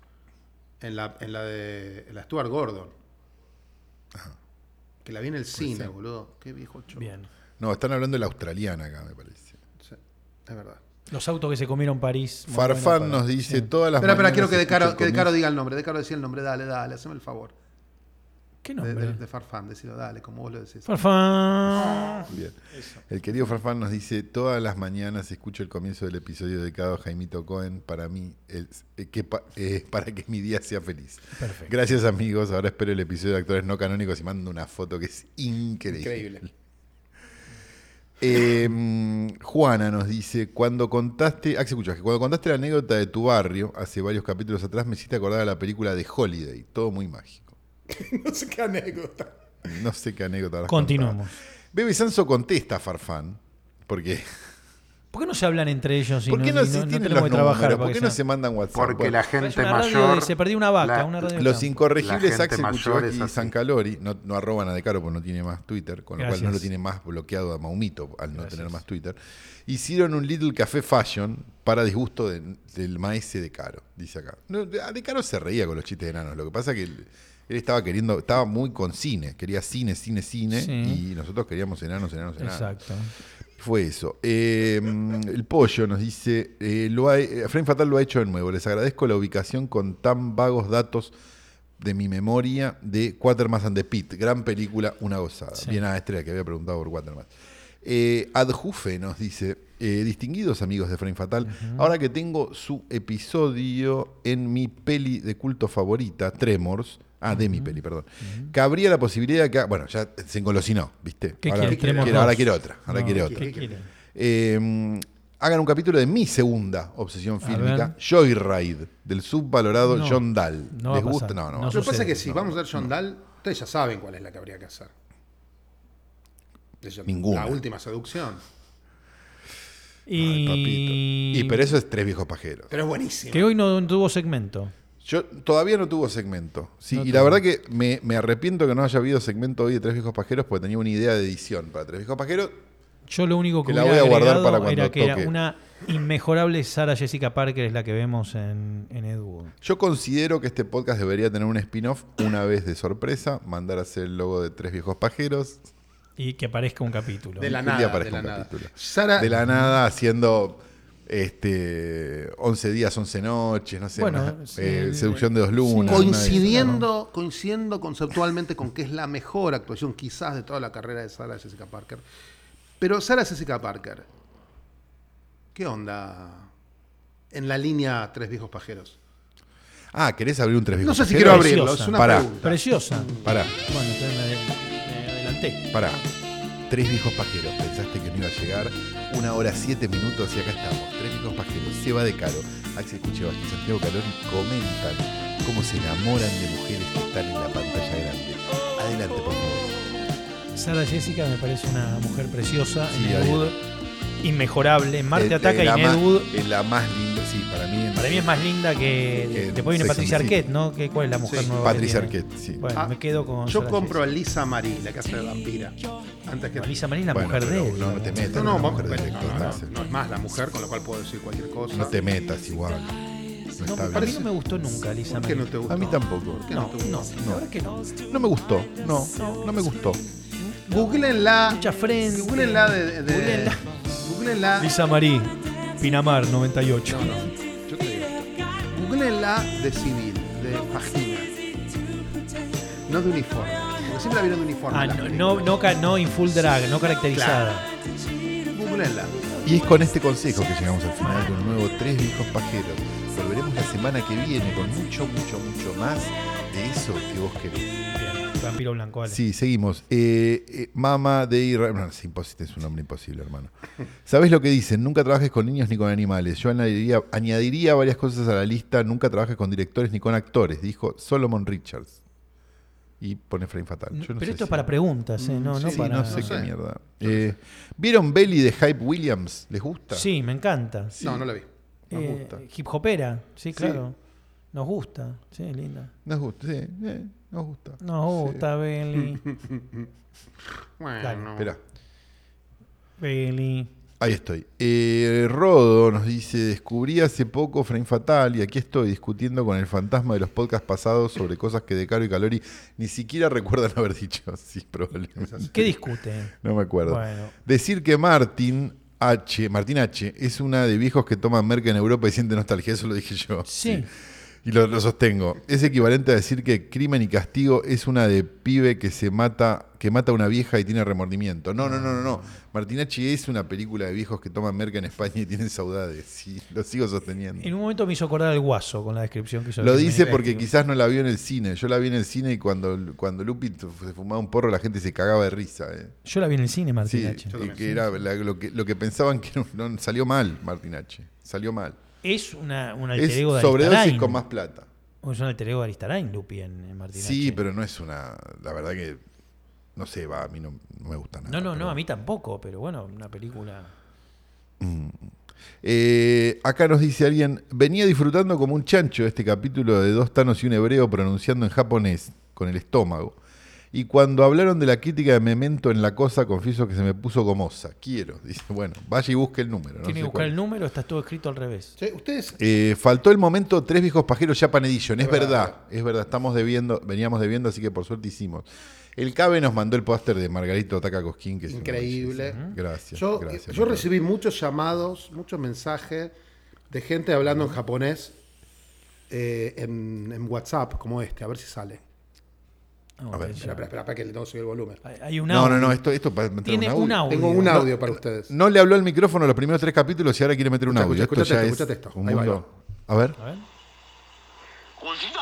En la, en la de en la Stuart Gordon. Que la vi en el cine, boludo. Qué viejo chorro. Bien. No, están hablando de la australiana acá, me parece. Sí, es verdad. Los autos que se comieron París. muy bueno Farfán para- nos dice Sí. todas las Espera, espera, mañanas quiero que de, escucho el caro, que de comienzo- Caro diga el nombre. De Caro decía el nombre. Dale, dale, haceme el favor. ¿Qué De, de, nombre? de Farfán, decirlo, dale, como vos lo decís. Farfán. Bien. El querido Farfán nos dice, todas las mañanas escucho el comienzo del episodio dedicado a Jaimito Cohen para mí, el- eh, que pa- eh, para que mi día sea feliz. Perfecto. Gracias amigos, ahora espero el episodio de actores no canónicos y mando una foto que es increíble. Increíble. Eh, Juana nos dice, cuando contaste, ah, Axel Kuchaski, cuando contaste la anécdota de tu barrio hace varios capítulos atrás, me hiciste acordar a la película de Holiday, todo muy mágico. no sé qué anécdota. No sé qué anécdota. habrás Continuamos. contado. Bebe Sanso contesta a Farfán, porque ¿Por qué no se hablan entre ellos? y ¿Por qué no, y se tienen tenemos los que trabajar para números? ¿Por que qué no sean? se mandan WhatsApp? Porque Bueno, la gente una radio mayor. de- se perdió una vaca, la- una radio de Los campo. La incorregibles gente Axel mayor Kuchivaki es y así. Zancalori no, no arroban a De Caro porque no tiene más Twitter, con lo cual Gracias. no lo tiene más bloqueado a Maumito al no Gracias. tener más Twitter. Hicieron un Little Café Fashion para disgusto de- del maese De Caro, dice acá. No, a de Caro se reía con los chistes de enanos, lo que pasa que él, él estaba queriendo, estaba muy con cine, quería cine, cine, cine, Sí. y nosotros queríamos enanos, enanos, enanos. Exacto. Fue eso. Eh, el pollo nos dice, eh, lo ha- eh, Frame Fatal lo ha hecho de nuevo. Les agradezco la ubicación con tan vagos datos de mi memoria de Quatermass and the Pit. Gran película, una gozada. Sí. Bien ah, a Estrella que había preguntado por Quatermass. Eh, Adjufe nos dice, eh, distinguidos amigos de Frame Fatal, ahora que tengo su episodio en mi peli de culto favorita, Tremors, ah, de mi peli, perdón, cabría la posibilidad que, bueno, ya se engolosinó, ¿viste? ¿Qué ahora, quiere? Tremors quiere- ahora dos. quiere otra, ahora No, quiere ¿qué otra. quiere? Eh, hagan un capítulo de mi segunda obsesión fílmica, ver. Joyride, del subvalorado No, John Dahl. no va ¿Les a gusta? pasar. No, no. No va a Lo que pasar. pasa sucede. es que si vamos a ver John Dahl, ustedes ya saben cuál es la que habría que hacer. De John- Ninguna. La última seducción. Ay, Y... papito. Y pero eso es tres viejos pajeros. Pero es buenísima. Que hoy no tuvo segmento. Yo todavía no tuvo segmento. Sí, No y la tuvo. verdad que me, me arrepiento que no haya habido segmento hoy de Tres Viejos Pajeros porque tenía una idea de edición para Tres Viejos Pajeros. Yo lo único que, Que la hubiera voy a guardar agregado para cuando era que toque. era una inmejorable Sara Jessica Parker es la que vemos en, en Ed Wood. Yo considero que este podcast debería tener un spin-off una vez de sorpresa, mandar a hacer el logo de Tres Viejos Pajeros. Y que aparezca un capítulo. De la Un nada. día aparezca de la un nada. capítulo. Sara, De la nada haciendo este 11 días, 11 noches, no sé, Bueno, una, sí, eh, el- seducción de dos lunas. coincidiendo, coincidiendo conceptualmente con que es la mejor actuación quizás de toda la carrera de Sara Jessica Parker. Pero Sara Jessica Parker, ¿qué onda en la línea Tres Viejos Pajeros? una- Ah, ¿querés abrir un Tres No Viejos sé si quiero Pajeros? abrirlo, es Preciosa. una Pará. pregunta. Preciosa. Pará, Bueno, entonces me, ade- me adelanté. pará. Tres Viejos Pajeros, pensaste que no iba a llegar. Una hora, siete minutos y acá estamos. Tres Viejos Pajeros, se va de caro. Axel Cuchevas y Santiago Calori comentan cómo se enamoran de mujeres que están en la pantalla grande. Adelante, por favor. Sara Jessica me parece una mujer preciosa Sí, en Ed ahí. Wood. Inmejorable. En Marte Eh, Ataca eh, y la en más- Ed Wood. eh, La más linda, sí, para mí. Para mí es más linda que. Eh, Después viene Sex Patricia and the City. Arquette, ¿no? ¿Qué- ¿Cuál es la mujer Sí, nueva? que Patricia tiene? Arquette, sí. Bueno, Ah, me quedo con. Yo Sara compro a Jessica. Lisa Marie, la que hace de vampira. Antes que Marisa Marín, la Bueno, mujer de pero él. No, no te digamos. metas. No, no, con la vamos- mujer de bueno, no, Héctor no, Axel. no es más la mujer, con lo cual puedo decir cualquier cosa. No te metas igual. No No, está a mí bien. no me gustó nunca Lisa ¿Por qué no te Marín. gustó? A mí tampoco. ¿Por qué no No, te gustó? no, la verdad que no. No me gustó. No, no me gustó. Googleenla. Mucha frente. Googleenla de. de, de Googleenla. Googleenla. Lisa Marín, Pinamar 98. No, no. Yo te digo. Googleenla de civil, de vagina. No de uniforme. Porque siempre la vieron de uniforme. Ah, las no, no, películas. no, ca- no in full drag, no caracterizada. Googleenla. Y es con este consejo que llegamos al final de un nuevo Tres Viejos Pajeros. Volveremos la semana que viene con mucho, mucho, mucho más de eso que vos querés. Bien, Vampiro Blanco, vale. Sí, seguimos. Eh, eh, Mama de Israel. No, es, imposible, es un nombre imposible, hermano. ¿Sabés lo que dicen? Nunca trabajes con niños ni con animales. Yo añadiría, añadiría varias cosas a la lista. Nunca trabajes con directores ni con actores, dijo Solomon Richards. Y pone frame fatal. Yo Pero no sé esto es si- para preguntas, ¿eh? No, no Mm, Sí, para. no sé qué sé. mierda. Eh, ¿Vieron Belly de Hype Williams? ¿Les gusta? Sí, me encanta. No, no la vi. nos Eh, gusta. hip hopera, sí, claro. Nos gusta, sí, linda. Nos gusta, sí. eh, nos gusta. Nos gusta, Beli. Bueno. Espera. Beli. Ahí estoy. Eh, Rodo nos dice, descubrí hace poco Frame Fatal y aquí estoy discutiendo con el fantasma de los podcasts pasados sobre cosas que De Caro y Calori ni siquiera recuerdan haber dicho. Sí, probablemente. ¿Y qué discute? No me acuerdo. Bueno. Decir que Martin H, Martín H, es una de viejos que toman merca en Europa y siente nostalgia, eso lo dije yo. Sí. Y lo, lo sostengo. Es equivalente a decir que crimen y castigo es una de pibe que se mata, que mata a una vieja y tiene remordimiento. No, no, no, no, no. Martinachi es una película de viejos que toman merca en España y tienen saudades. Sí, lo sigo sosteniendo. En un momento me hizo acordar al guaso con la descripción que hizo. Lo de dice Jiménez porque Vecchio. quizás no la vio en el cine. Yo la vi en el cine y cuando, cuando Lupi se fumaba un porro la gente se cagaba de risa. ¿eh? Yo la vi en el cine, Martín Sí, H. y que era la- lo, que, lo que pensaban que era un- no, salió mal, Martinache. Salió mal. Es una, un alter Es ego de sobredosis Aristarain. con más plata. Es un alter ego de Aristarain, Lupi, en, en Martín Sí, H. pero no es una. La verdad que. No sé, va, a mí no, no me gusta nada. No, no, pero- no, a mí tampoco, pero bueno, una película Eh, acá nos dice alguien, venía disfrutando como un chancho este capítulo de dos tanos y un hebreo pronunciando en japonés, con el estómago. Y cuando hablaron de la crítica de Memento en La Cosa, confieso que se me puso gomosa. Quiero. Dice, bueno, vaya y busque el número. no Tiene sé que buscar cuál. el número, está todo escrito al revés. Sí, Ustedes, Eh, faltó el momento Tres Viejos Pajeros Japan Edition. Es, Es verdad, verdad. es verdad. Estamos debiendo, veníamos debiendo, así que por suerte hicimos. El Cabe nos mandó el póster de Margarito Taka Cosquín, que es una Increíble. belleza. Gracias. yo, gracias, yo Margarito. recibí muchos llamados, muchos mensajes de gente hablando en japonés eh, en, en WhatsApp, como este, a ver si sale. No, ver, ya- Espera, espera, espera, espera, que le tengo que subir el volumen. Hay hay un No, audio. no, no, esto, esto para meter Tiene audio. un audio. Tengo un audio para ustedes. No le habló al micrófono los primeros tres capítulos y ahora quiere meter un Escucha, audio. escucha, esto ya escucha, es escucha esto. un Ahí va, ahí mundo- A ver. A ver. おじだ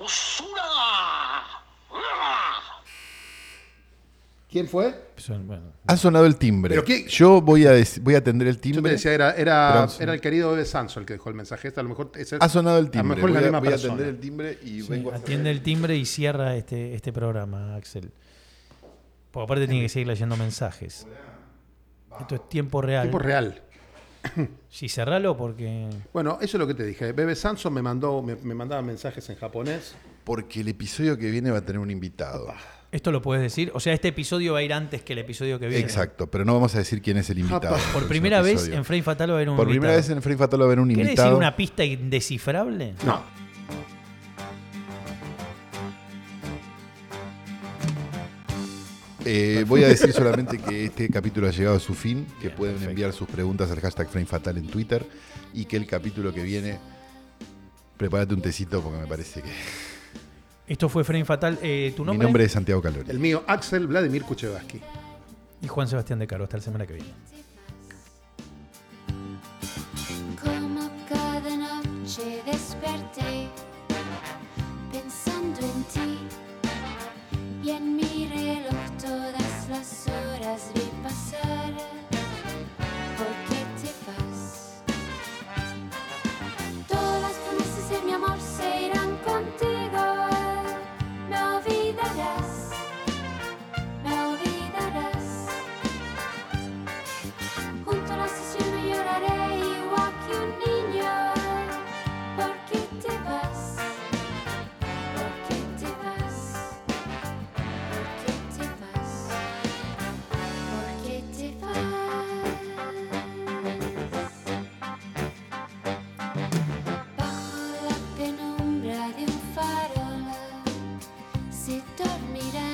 おっそらがうわ ¿Quién fue? Son- Pues, bueno. Ha sonado el timbre. Pero qué- Yo voy a, dec- voy a atender el Yo te timbre. decía, era, era, Bronson. era el querido Bebe Sanso el que dejó el mensaje. Este, a lo mejor es el- Ha sonado el A lo timbre. mejor es voy la a, misma voy a persona. atender el timbre y vengo a Atiende el timbre y cierra este, este programa, Axel. Porque aparte tiene que seguir leyendo mensajes. Esto es tiempo real. Tipo real. Sí, cerralo porque. Bueno, eso es lo que te dije. Bebe Sanso me mandó, me, me mandaba mensajes en japonés. Porque el episodio que viene va a tener un invitado. Esto lo puedes decir. O sea, este episodio va a ir antes que el episodio que viene. Exacto, pero no vamos a decir quién es el invitado. Apa. Es Por un primera vez episodio. en Frame Fatal va a haber un. Por primera vez invitado. en Free Fatal va a haber un ¿Querés decir invitado. una pista indescifrable? No. Eh, voy a decir solamente que este capítulo ha llegado a su fin, que pueden enviar sus preguntas al hashtag Frame Fatal en Twitter y que el capítulo que viene, prepárate un tecito porque me parece que... Esto fue Frame Fatal. Eh, ¿Tu nombre? Mi nombre es Santiago Calori. El mío, Axel Vladimir Kuchevaski. Y Juan Sebastián de Caro. Hasta la semana que viene. Como cada noche desperté pensando en ti y en mi reloj todas las horas vi pasar. ¿Por qué te vas? Todas las promesas de mi amor se irán contigo. Me olvidarás, me olvidarás. Junto a la sesión me lloraré igual que un niño. ¿Por qué te vas? ¿Por qué te vas? ¿Por qué te vas? ¿Por qué te vas? Bajo la penumbra de un farol se dormirá